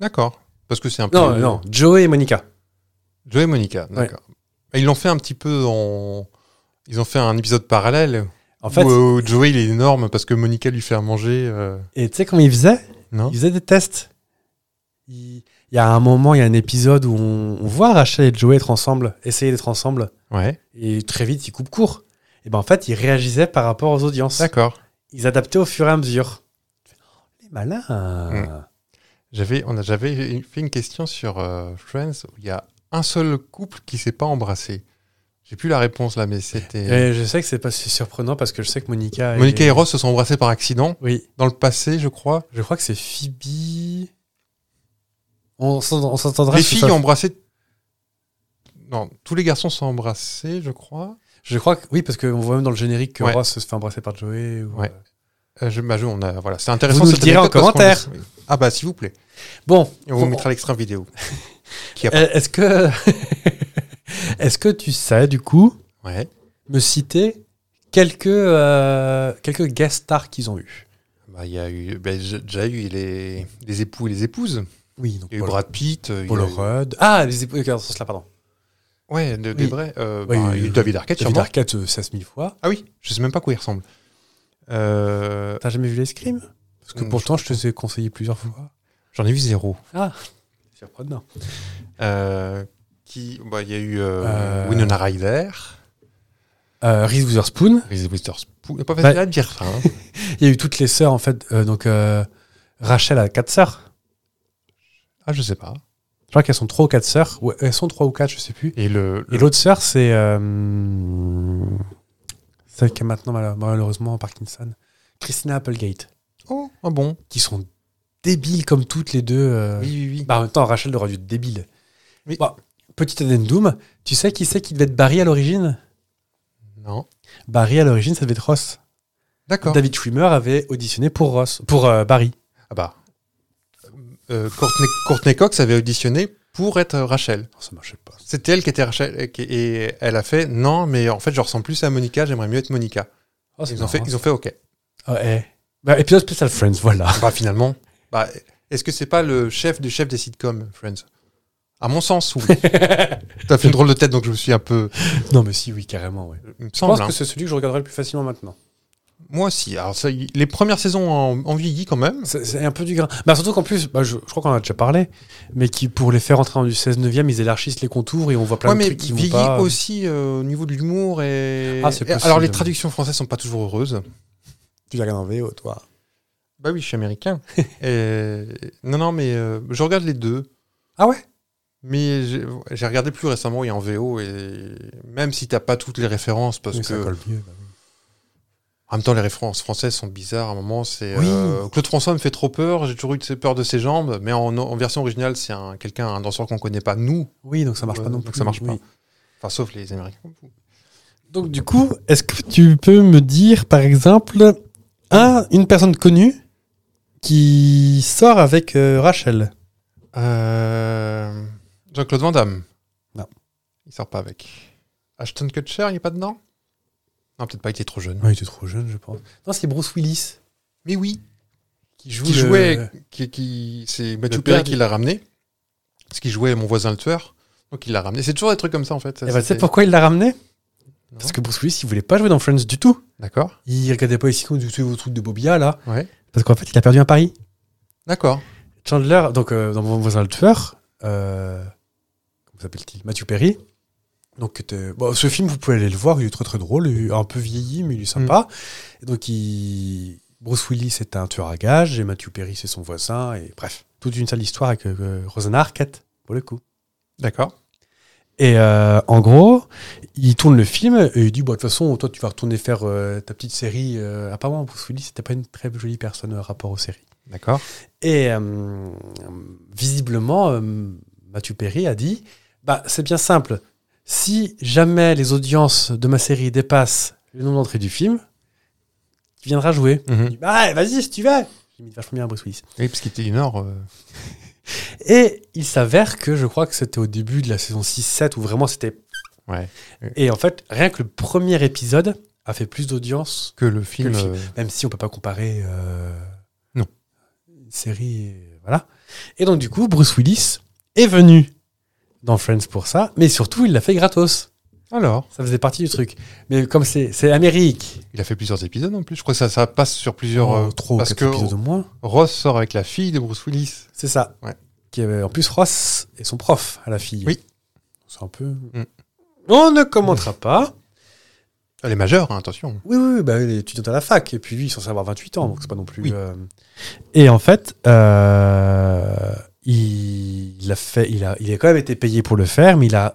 Speaker 2: D'accord. Parce que c'est un peu.
Speaker 1: Non, non, Joey et Monica.
Speaker 2: Joe et Monica, d'accord. Et Ils l'ont fait un petit peu en. Ils ont fait un épisode parallèle
Speaker 1: En fait,
Speaker 2: où, euh, où Joey il est énorme parce que Monica lui fait à manger. euh,
Speaker 1: et tu sais comment ils faisaient
Speaker 2: Non
Speaker 1: Ils faisaient des tests. Il il y a un moment, il y a un épisode où on, on voit Rachel et Joey être ensemble, essayer d'être ensemble,
Speaker 2: Ouais.
Speaker 1: et très vite, ils coupent court. Et ben en fait, ils réagissaient par rapport aux audiences.
Speaker 2: D'accord.
Speaker 1: Ils adaptaient au fur et à mesure. oh, Les malins
Speaker 2: Hmm. J'avais, on a, j'avais fait une question sur euh, Friends où il y a un seul couple qui s'est pas embrassé. J'ai plus la réponse là, mais c'était.
Speaker 1: Et Eh, Je sais que c'est pas si surprenant parce que je sais que Monica.
Speaker 2: Monica et Ross se sont embrassés par accident
Speaker 1: Oui.
Speaker 2: dans le passé, je crois.
Speaker 1: Je crois que c'est Phoebe. On s'en- on s'entendra.
Speaker 2: les
Speaker 1: sur
Speaker 2: filles
Speaker 1: ça.
Speaker 2: ont embrassé. Non, tous les garçons sont embrassés, je crois.
Speaker 1: Je crois que oui, parce qu'on voit même dans le générique que
Speaker 2: Ouais.
Speaker 1: Ross se fait embrasser par Joey. ou-
Speaker 2: Ouais. Euh, je, bah, je- on a, voilà, c'est intéressant.
Speaker 1: Vous nous
Speaker 2: cette
Speaker 1: le direz en
Speaker 2: anecdote parce qu'on-
Speaker 1: commentaire.
Speaker 2: Ah bah s'il vous plaît.
Speaker 1: Bon,
Speaker 2: Et on vous
Speaker 1: bon,
Speaker 2: mettra l'extrait vidéo.
Speaker 1: euh, est-ce que [laughs] est-ce que tu sais du coup
Speaker 2: Ouais.
Speaker 1: me citer quelques euh, quelques guest stars qu'ils ont eu
Speaker 2: Bah, il y a eu, bah, j'ai déjà eu les, les époux et les épouses.
Speaker 1: Oui, donc
Speaker 2: Il y a eu Brad Pitt. euh, il y a
Speaker 1: Paul
Speaker 2: eu-
Speaker 1: Rudd. Ah, les époux dans ce sens-là, pardon.
Speaker 2: Ouais, de-
Speaker 1: Oui.
Speaker 2: des vrais. euh,
Speaker 1: Oui, oui,
Speaker 2: bah, il y a eu
Speaker 1: oui.
Speaker 2: David Arquette,
Speaker 1: David
Speaker 2: sûrement.
Speaker 1: Arquette euh, 16 000 fois.
Speaker 2: Ah oui, je sais même pas à quoi il ressemble. Euh,
Speaker 1: T'as jamais vu l'escrime Parce que
Speaker 2: Mm,
Speaker 1: pourtant, Euh, je te ai conseillé plusieurs fois.
Speaker 2: J'en ai vu zéro.
Speaker 1: Ah, surprenant.
Speaker 2: Euh, qui, bah, il y a eu euh,
Speaker 1: Euh,
Speaker 2: Winona Ryder,
Speaker 1: Euh, Reese Witherspoon.
Speaker 2: Reese Witherspoon. Pas facile à dire ça. hein.
Speaker 1: Il y a eu toutes les sœurs en fait. euh, donc euh, Rachel a quatre sœurs.
Speaker 2: [laughs] Ah, je sais pas.
Speaker 1: Je crois qu'elles sont trois ou quatre sœurs. Ouais, elles sont trois ou quatre, je sais plus.
Speaker 2: Et le,
Speaker 1: Et l'autre sœur, c'est euh, celle qui est maintenant mal- malheureusement en Parkinson, Christina Applegate,
Speaker 2: Oh, ah bon.
Speaker 1: qui sont débiles comme toutes les deux. euh.
Speaker 2: Oui, oui, oui.
Speaker 1: Bah, en même temps, Rachel aurait dû être débile.
Speaker 2: Oui.
Speaker 1: Bon, petit addendum, tu sais qui c'est qui devait être Barry à l'origine
Speaker 2: non.
Speaker 1: Barry à l'origine, ça devait être Ross.
Speaker 2: D'accord.
Speaker 1: David Schwimmer avait auditionné pour Ross, pour euh, Barry.
Speaker 2: Ah bah. Euh, Courtney, Courtney Cox avait auditionné pour être Rachel.
Speaker 1: Non, Oh, ça marchait pas.
Speaker 2: C'était elle qui était Rachel et, qui- et elle a fait non, mais en fait, je ressemble plus à Monica, j'aimerais mieux être Monica.
Speaker 1: Oh, c'est
Speaker 2: Ils ont, fait,
Speaker 1: marrant.
Speaker 2: ils ont fait OK.
Speaker 1: Ah, eh. Bah, épisode spécial Friends, voilà.
Speaker 2: bah, finalement, bah, est-ce que c'est pas le chef du chef des sitcoms, Friends À mon
Speaker 1: [laughs]
Speaker 2: sens, oui. T'as fait une drôle de tête, donc je me suis un peu.
Speaker 1: [laughs] non, mais si, oui, carrément, ouais.
Speaker 2: il me
Speaker 1: Je pense
Speaker 2: semble, hein.
Speaker 1: que c'est celui que je regarderai le plus facilement maintenant.
Speaker 2: Moi aussi. Alors, ça, il- les premières saisons en, en vieilli quand même.
Speaker 1: C'est c'est un peu du grain. Bah, surtout qu'en plus, bah, je, je crois qu'on en a déjà parlé, mais qui, pour les faire entrer dans du 16 9 e ils élargissent les contours et on voit plein
Speaker 2: Ouais,
Speaker 1: de
Speaker 2: mais
Speaker 1: trucs qui vont
Speaker 2: vieilli
Speaker 1: pas.
Speaker 2: aussi euh, au niveau de l'humour et.
Speaker 1: Ah, c'est
Speaker 2: et- Alors, les
Speaker 1: possible.
Speaker 2: traductions françaises sont pas toujours heureuses.
Speaker 1: Tu la regardes en VO, toi.
Speaker 2: Bah oui, je
Speaker 1: [laughs]
Speaker 2: suis américain. Et- Non, non, mais euh, je regarde les deux.
Speaker 1: Ah ouais
Speaker 2: Mais j'ai j'ai regardé plus récemment et en VO. Et même si t'as pas toutes les références, parce
Speaker 1: Oui, ça
Speaker 2: que
Speaker 1: colle mieux, bah
Speaker 2: en même temps les références françaises sont bizarres. À un moment, c'est
Speaker 1: Oui.
Speaker 2: euh, Claude François me fait trop peur. J'ai toujours eu de ces peurs de ses jambes. Mais en, en version originale, c'est un quelqu'un, un danseur qu'on connaît pas nous.
Speaker 1: Oui, donc ça marche
Speaker 2: Euh,
Speaker 1: pas non
Speaker 2: donc
Speaker 1: plus.
Speaker 2: ça marche pas.
Speaker 1: oui.
Speaker 2: Enfin, sauf les Américains.
Speaker 1: Donc, du coup, est-ce que tu peux me dire, par exemple, un, une personne connue qui sort avec euh, Rachel
Speaker 2: Euh, Jean-Claude Van Damme.
Speaker 1: Non.
Speaker 2: Il sort pas avec. Ashton Kutcher, il est pas dedans. Non, peut-être pas. Il était trop jeune.
Speaker 1: Ouais, Ah, il était trop jeune, je pense. Non, c'est Bruce Willis.
Speaker 2: Mais oui. Qui,
Speaker 1: joue le-
Speaker 2: jouait, qui, qui- c'est Mathieu
Speaker 1: père
Speaker 2: Perry
Speaker 1: du-
Speaker 2: qui l'a ramené. Parce qu'il jouait mon voisin le tueur. Donc il l'a ramené. C'est toujours des trucs comme ça en fait. Ça,
Speaker 1: Et bah, tu sais
Speaker 2: c'était-
Speaker 1: pourquoi il l'a ramené Parce que Bruce Willis, il voulait pas jouer dans Friends du tout.
Speaker 2: D'accord.
Speaker 1: Il regardait pas ici quand vous vos trucs de Bobia, là.
Speaker 2: Ouais.
Speaker 1: Parce qu'en fait, il a perdu un pari.
Speaker 2: D'accord.
Speaker 1: Chandler, donc euh, dans Mon voisin le tueur, euh, comment s'appelle-t-il Matthew Perry. Donc, qui était- bon, ce film, vous pouvez aller le voir, il est très très drôle, il est un peu vieilli, mais il est sympa.
Speaker 2: Mm.
Speaker 1: Et donc, il- Bruce Willis est un tueur à gages, et Matthew Perry, c'est son voisin, et bref, toute une sale histoire avec euh, Rosanna Arquette, pour le coup.
Speaker 2: D'accord.
Speaker 1: Et euh, en gros, il tourne le film et il dit bah, De toute façon, toi, tu vas retourner faire euh, ta petite série. Euh, apparemment, Bruce Willis, c'était pas une très jolie personne euh, rapport aux séries.
Speaker 2: D'accord.
Speaker 1: Et euh, visiblement, euh, Mathieu Perry a dit bah, C'est bien simple. Si jamais les audiences de ma série dépassent le nombre d'entrées du film, tu viendras jouer. Il dit, bah, ouais, vas-y, si tu veux J'imite vachement bien Bruce Willis.
Speaker 2: Oui, parce qu'il était du Nord. euh,
Speaker 1: Et il s'avère que je crois que c'était au début de la saison 6-7 où vraiment c'était
Speaker 2: Ouais.
Speaker 1: Et en fait, rien que le premier épisode a fait plus d'audience,
Speaker 2: Que le film.
Speaker 1: Que le film.
Speaker 2: euh,
Speaker 1: même si on peut pas comparer. euh,
Speaker 2: Non.
Speaker 1: une Série, euh, voilà. Et donc du coup, Bruce Willis est venu dans Friends pour ça, mais surtout il l'a fait gratos.
Speaker 2: Alors,
Speaker 1: Ça faisait partie du truc. Mais comme c'est c'est Amérique,
Speaker 2: il a fait plusieurs épisodes en plus. Je crois que ça, ça passe sur
Speaker 1: Oh.
Speaker 2: plusieurs. euh,
Speaker 1: trop
Speaker 2: parce
Speaker 1: quatre
Speaker 2: que
Speaker 1: épisodes au moins.
Speaker 2: Ross sort avec la fille de Bruce Willis.
Speaker 1: C'est ça.
Speaker 2: Ouais.
Speaker 1: Qui avait- en plus, Ross est son prof à la fille.
Speaker 2: Oui.
Speaker 1: C'est un peu. On ne commentera pas.
Speaker 2: Elle est majeure, hein, attention.
Speaker 1: Oui, oui, oui, bah, il est étudiant à la fac. Et puis lui, il est censé avoir 28 ans, donc c'est pas non plus.
Speaker 2: Oui.
Speaker 1: euh, Et en fait, euh, il, il a fait, il, a, il a quand même été payé pour le faire, mais il a,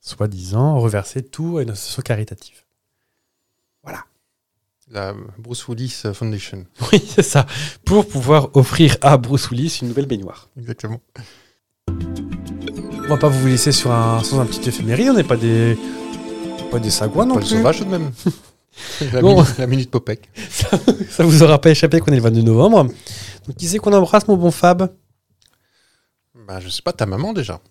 Speaker 1: soi-disant, reversé tout à une association caritative.
Speaker 2: La Bruce Willis euh, Foundation.
Speaker 1: [laughs] Oui, c'est ça. Pour pouvoir offrir à Bruce Willis une nouvelle baignoire.
Speaker 2: Exactement.
Speaker 1: On va pas vous laisser sur un, sans un petit éphéméride. On n'est pas des. Pas des sagouins non
Speaker 2: Pas le
Speaker 1: plus.
Speaker 2: sauvage tout de même.
Speaker 1: [laughs]
Speaker 2: la,
Speaker 1: Bon.
Speaker 2: minute, la minute Popek.
Speaker 1: ça, ça vous aura pas échappé qu'on est le 22 novembre. Donc, qui c'est qu'on embrasse, mon bon Fab
Speaker 2: Bah, je sais pas, ta maman déjà.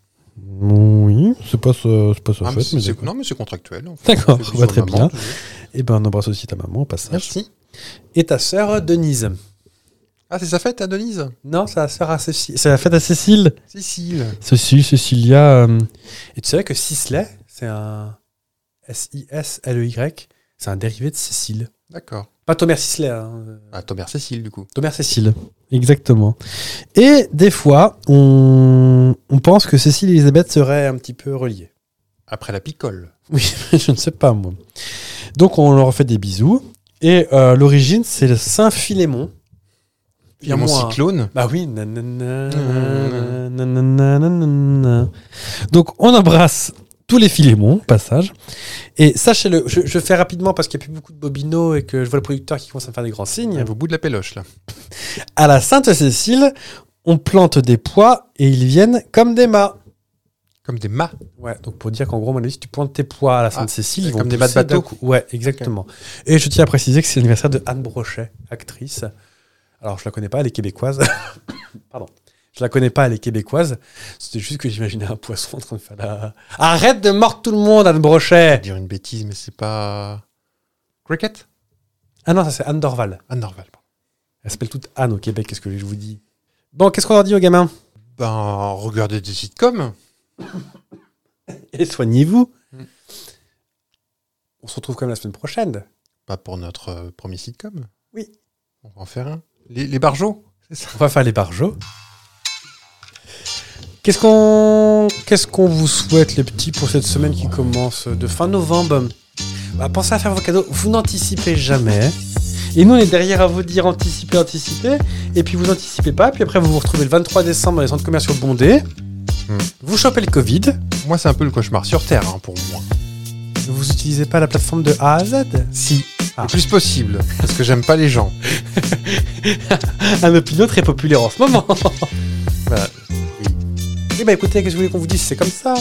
Speaker 1: Oui, c'est pas ça, c'est pas
Speaker 2: Ah, mais c'est- c'est- non, mais c'est contractuel. en fait.
Speaker 1: D'accord,
Speaker 2: On fait
Speaker 1: on va
Speaker 2: bisous à
Speaker 1: très
Speaker 2: maman,
Speaker 1: bien.
Speaker 2: toujours.
Speaker 1: Et ben, on embrasse aussi ta maman au passage.
Speaker 2: Merci.
Speaker 1: Et ta sœur Denise.
Speaker 2: Ah, c'est sa fête à Denise
Speaker 1: Non, c'est la sœur à Cécile. C'est la fête à Cécile.
Speaker 2: Cécile.
Speaker 1: Cécile, Cécilia. euh, Et tu savais que Sisley, c'est un S-I-S-L-E-Y, c'est un dérivé de Cécile.
Speaker 2: D'accord.
Speaker 1: Pas Thomas Sisley, hein. euh,
Speaker 2: Ah, Thomas Cécile, du coup.
Speaker 1: Thomas Cécile. Exactement. Et des fois, on, on pense que Cécile et Elisabeth seraient un petit peu reliées.
Speaker 2: Après la picole.
Speaker 1: Oui, [laughs] je ne sais pas, moi. Donc, on leur fait des bisous. Et euh, l'origine, c'est le Saint-Philémon.
Speaker 2: Et mon
Speaker 1: Philémon,
Speaker 2: cyclone.
Speaker 1: Bah oui. nanana,
Speaker 2: Nanana.
Speaker 1: nanana, nanana. Donc, on embrasse tous les Philémons, au passage. Et sachez-le, je, je fais rapidement parce qu'il n'y a plus beaucoup de bobineaux et que je vois le producteur qui commence à me faire des grands signes.
Speaker 2: Au bout de la péloche, là.
Speaker 1: À la Sainte-Cécile, on plante des pois et ils viennent comme des mâts.
Speaker 2: Comme des mâts.
Speaker 1: Ouais, donc pour dire qu'en gros, à mon avis, si tu pointes tes poids à la Sainte-Cécile,
Speaker 2: c'est
Speaker 1: ils vont
Speaker 2: Ah, comme des bas de
Speaker 1: pousser d'un
Speaker 2: bateau.
Speaker 1: coup. Ouais, exactement. Et je tiens à préciser que c'est l'anniversaire de Anne Brochet, actrice. Alors, je la connais pas, elle est québécoise. [coughs] Pardon. Je la connais pas, elle est québécoise. C'était juste que j'imaginais un poisson en train de faire la. Arrête de mordre tout le monde, Anne Brochet
Speaker 2: Dire une bêtise, mais c'est pas. Cricket
Speaker 1: Ah non, ça c'est Anne Dorval.
Speaker 2: Ah, normal.
Speaker 1: Elle s'appelle toute Anne au Québec, qu'est-ce que je vous dis Bon, qu'est-ce qu'on leur dit aux gamins
Speaker 2: Ben, regardez des sitcoms.
Speaker 1: Et soignez-vous
Speaker 2: Mm.
Speaker 1: On se retrouve quand même la semaine prochaine.
Speaker 2: Pas pour notre euh, premier sitcom.
Speaker 1: Oui.
Speaker 2: On va en faire un. Les, les barjots C'est ça.
Speaker 1: On va faire les barjots. Qu'est-ce qu'on qu'est-ce qu'on vous souhaite les petits pour cette semaine qui commence de fin novembre Bah, Pensez à faire vos cadeaux, vous n'anticipez jamais. Et nous on est derrière à vous dire anticiper, anticiper, et puis vous anticipez pas, puis après vous vous retrouvez le 23 décembre dans les centres commerciaux bondés,
Speaker 2: Hmm.
Speaker 1: vous chopez le Covid,
Speaker 2: Moi, c'est un peu le cauchemar sur Terre, hein, pour moi.
Speaker 1: vous utilisez pas la plateforme de A à Z
Speaker 2: Si.
Speaker 1: Ah.
Speaker 2: Le plus possible. Parce que j'aime pas les gens.
Speaker 1: Un opinion très populaire en ce [laughs] moment Bah,
Speaker 2: Voilà.
Speaker 1: Eh bah écoutez, qu'est-ce que vous voulez qu'on vous dise C'est comme ça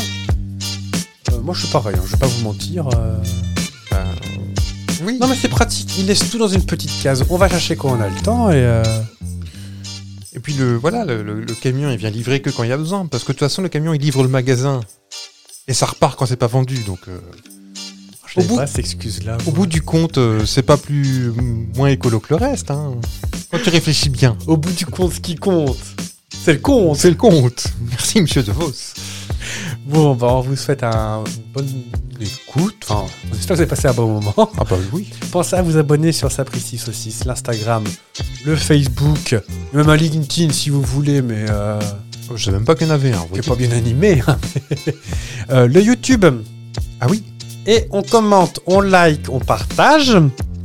Speaker 1: Euh, Moi je suis pareil, hein, je vais pas vous mentir. euh,
Speaker 2: Ben, oui.
Speaker 1: Non mais c'est pratique, il laisse tout dans une petite case. On va chercher quand on a le temps et... euh,
Speaker 2: Et puis le voilà, le, le- le camion il vient livrer que quand il y a besoin, parce que de toute façon le camion il livre le magasin et ça repart quand c'est pas vendu, donc euh,
Speaker 1: Au bout,
Speaker 2: pas
Speaker 1: cette excuse-là.
Speaker 2: au bout du compte euh, c'est pas plus moins écolo que le reste. Hein. Quand tu réfléchis bien,
Speaker 1: Au bout du compte, ce qui compte, c'est le compte.
Speaker 2: c'est le compte. Merci Monsieur De Vos.
Speaker 1: Bon, bah, on vous souhaite un bonne écoute. Enfin, on espère que vous avez passé un bon moment. [laughs]
Speaker 2: Ah bah oui.
Speaker 1: Pensez à vous abonner sur Sapristi Saucisse, l'Instagram, le Facebook, même un LinkedIn si vous voulez, mais... euh,
Speaker 2: Oh, Je savais même pas qu'il y en avait un. vous
Speaker 1: qui est
Speaker 2: voyez.
Speaker 1: pas bien animé. hein, [laughs] mais- Euh, le YouTube.
Speaker 2: Ah oui.
Speaker 1: Et on commente, on like, on partage.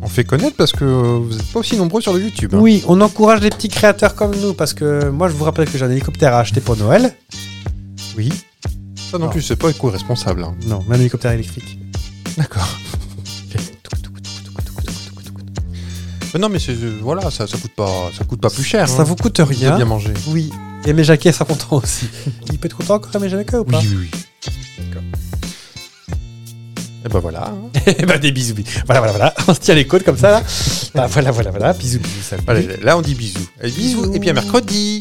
Speaker 2: On fait connaître parce que euh, vous êtes pas aussi nombreux sur le YouTube. hein.
Speaker 1: Oui, on encourage les petits créateurs comme nous parce que moi je vous rappelle que j'ai un hélicoptère à acheter pour Noël.
Speaker 2: Oui. Ça non
Speaker 1: Ah.
Speaker 2: plus c'est pas éco-responsable. hein.
Speaker 1: Non, mais un hélicoptère électrique.
Speaker 2: D'accord. Mais non mais c'est euh, voilà ça, ça coûte pas ça coûte pas plus cher.
Speaker 1: Ah, Ça
Speaker 2: hein.
Speaker 1: vous coûte
Speaker 2: De bien
Speaker 1: rien.
Speaker 2: manger.
Speaker 1: Oui. Et mes jaquets sera content aussi. Il peut être content encore mes jaquets ou pas
Speaker 2: oui, Et ben voilà. hein.
Speaker 1: [laughs] Eh ben, des bisous. bisous. Voilà, voilà, [laughs] voilà. On se tient les côtes comme ça là. Bah, voilà, voilà, voilà. Bisous, bisous. salut.
Speaker 2: Allez, là on dit bisous. Et bisous, et puis à mercredi.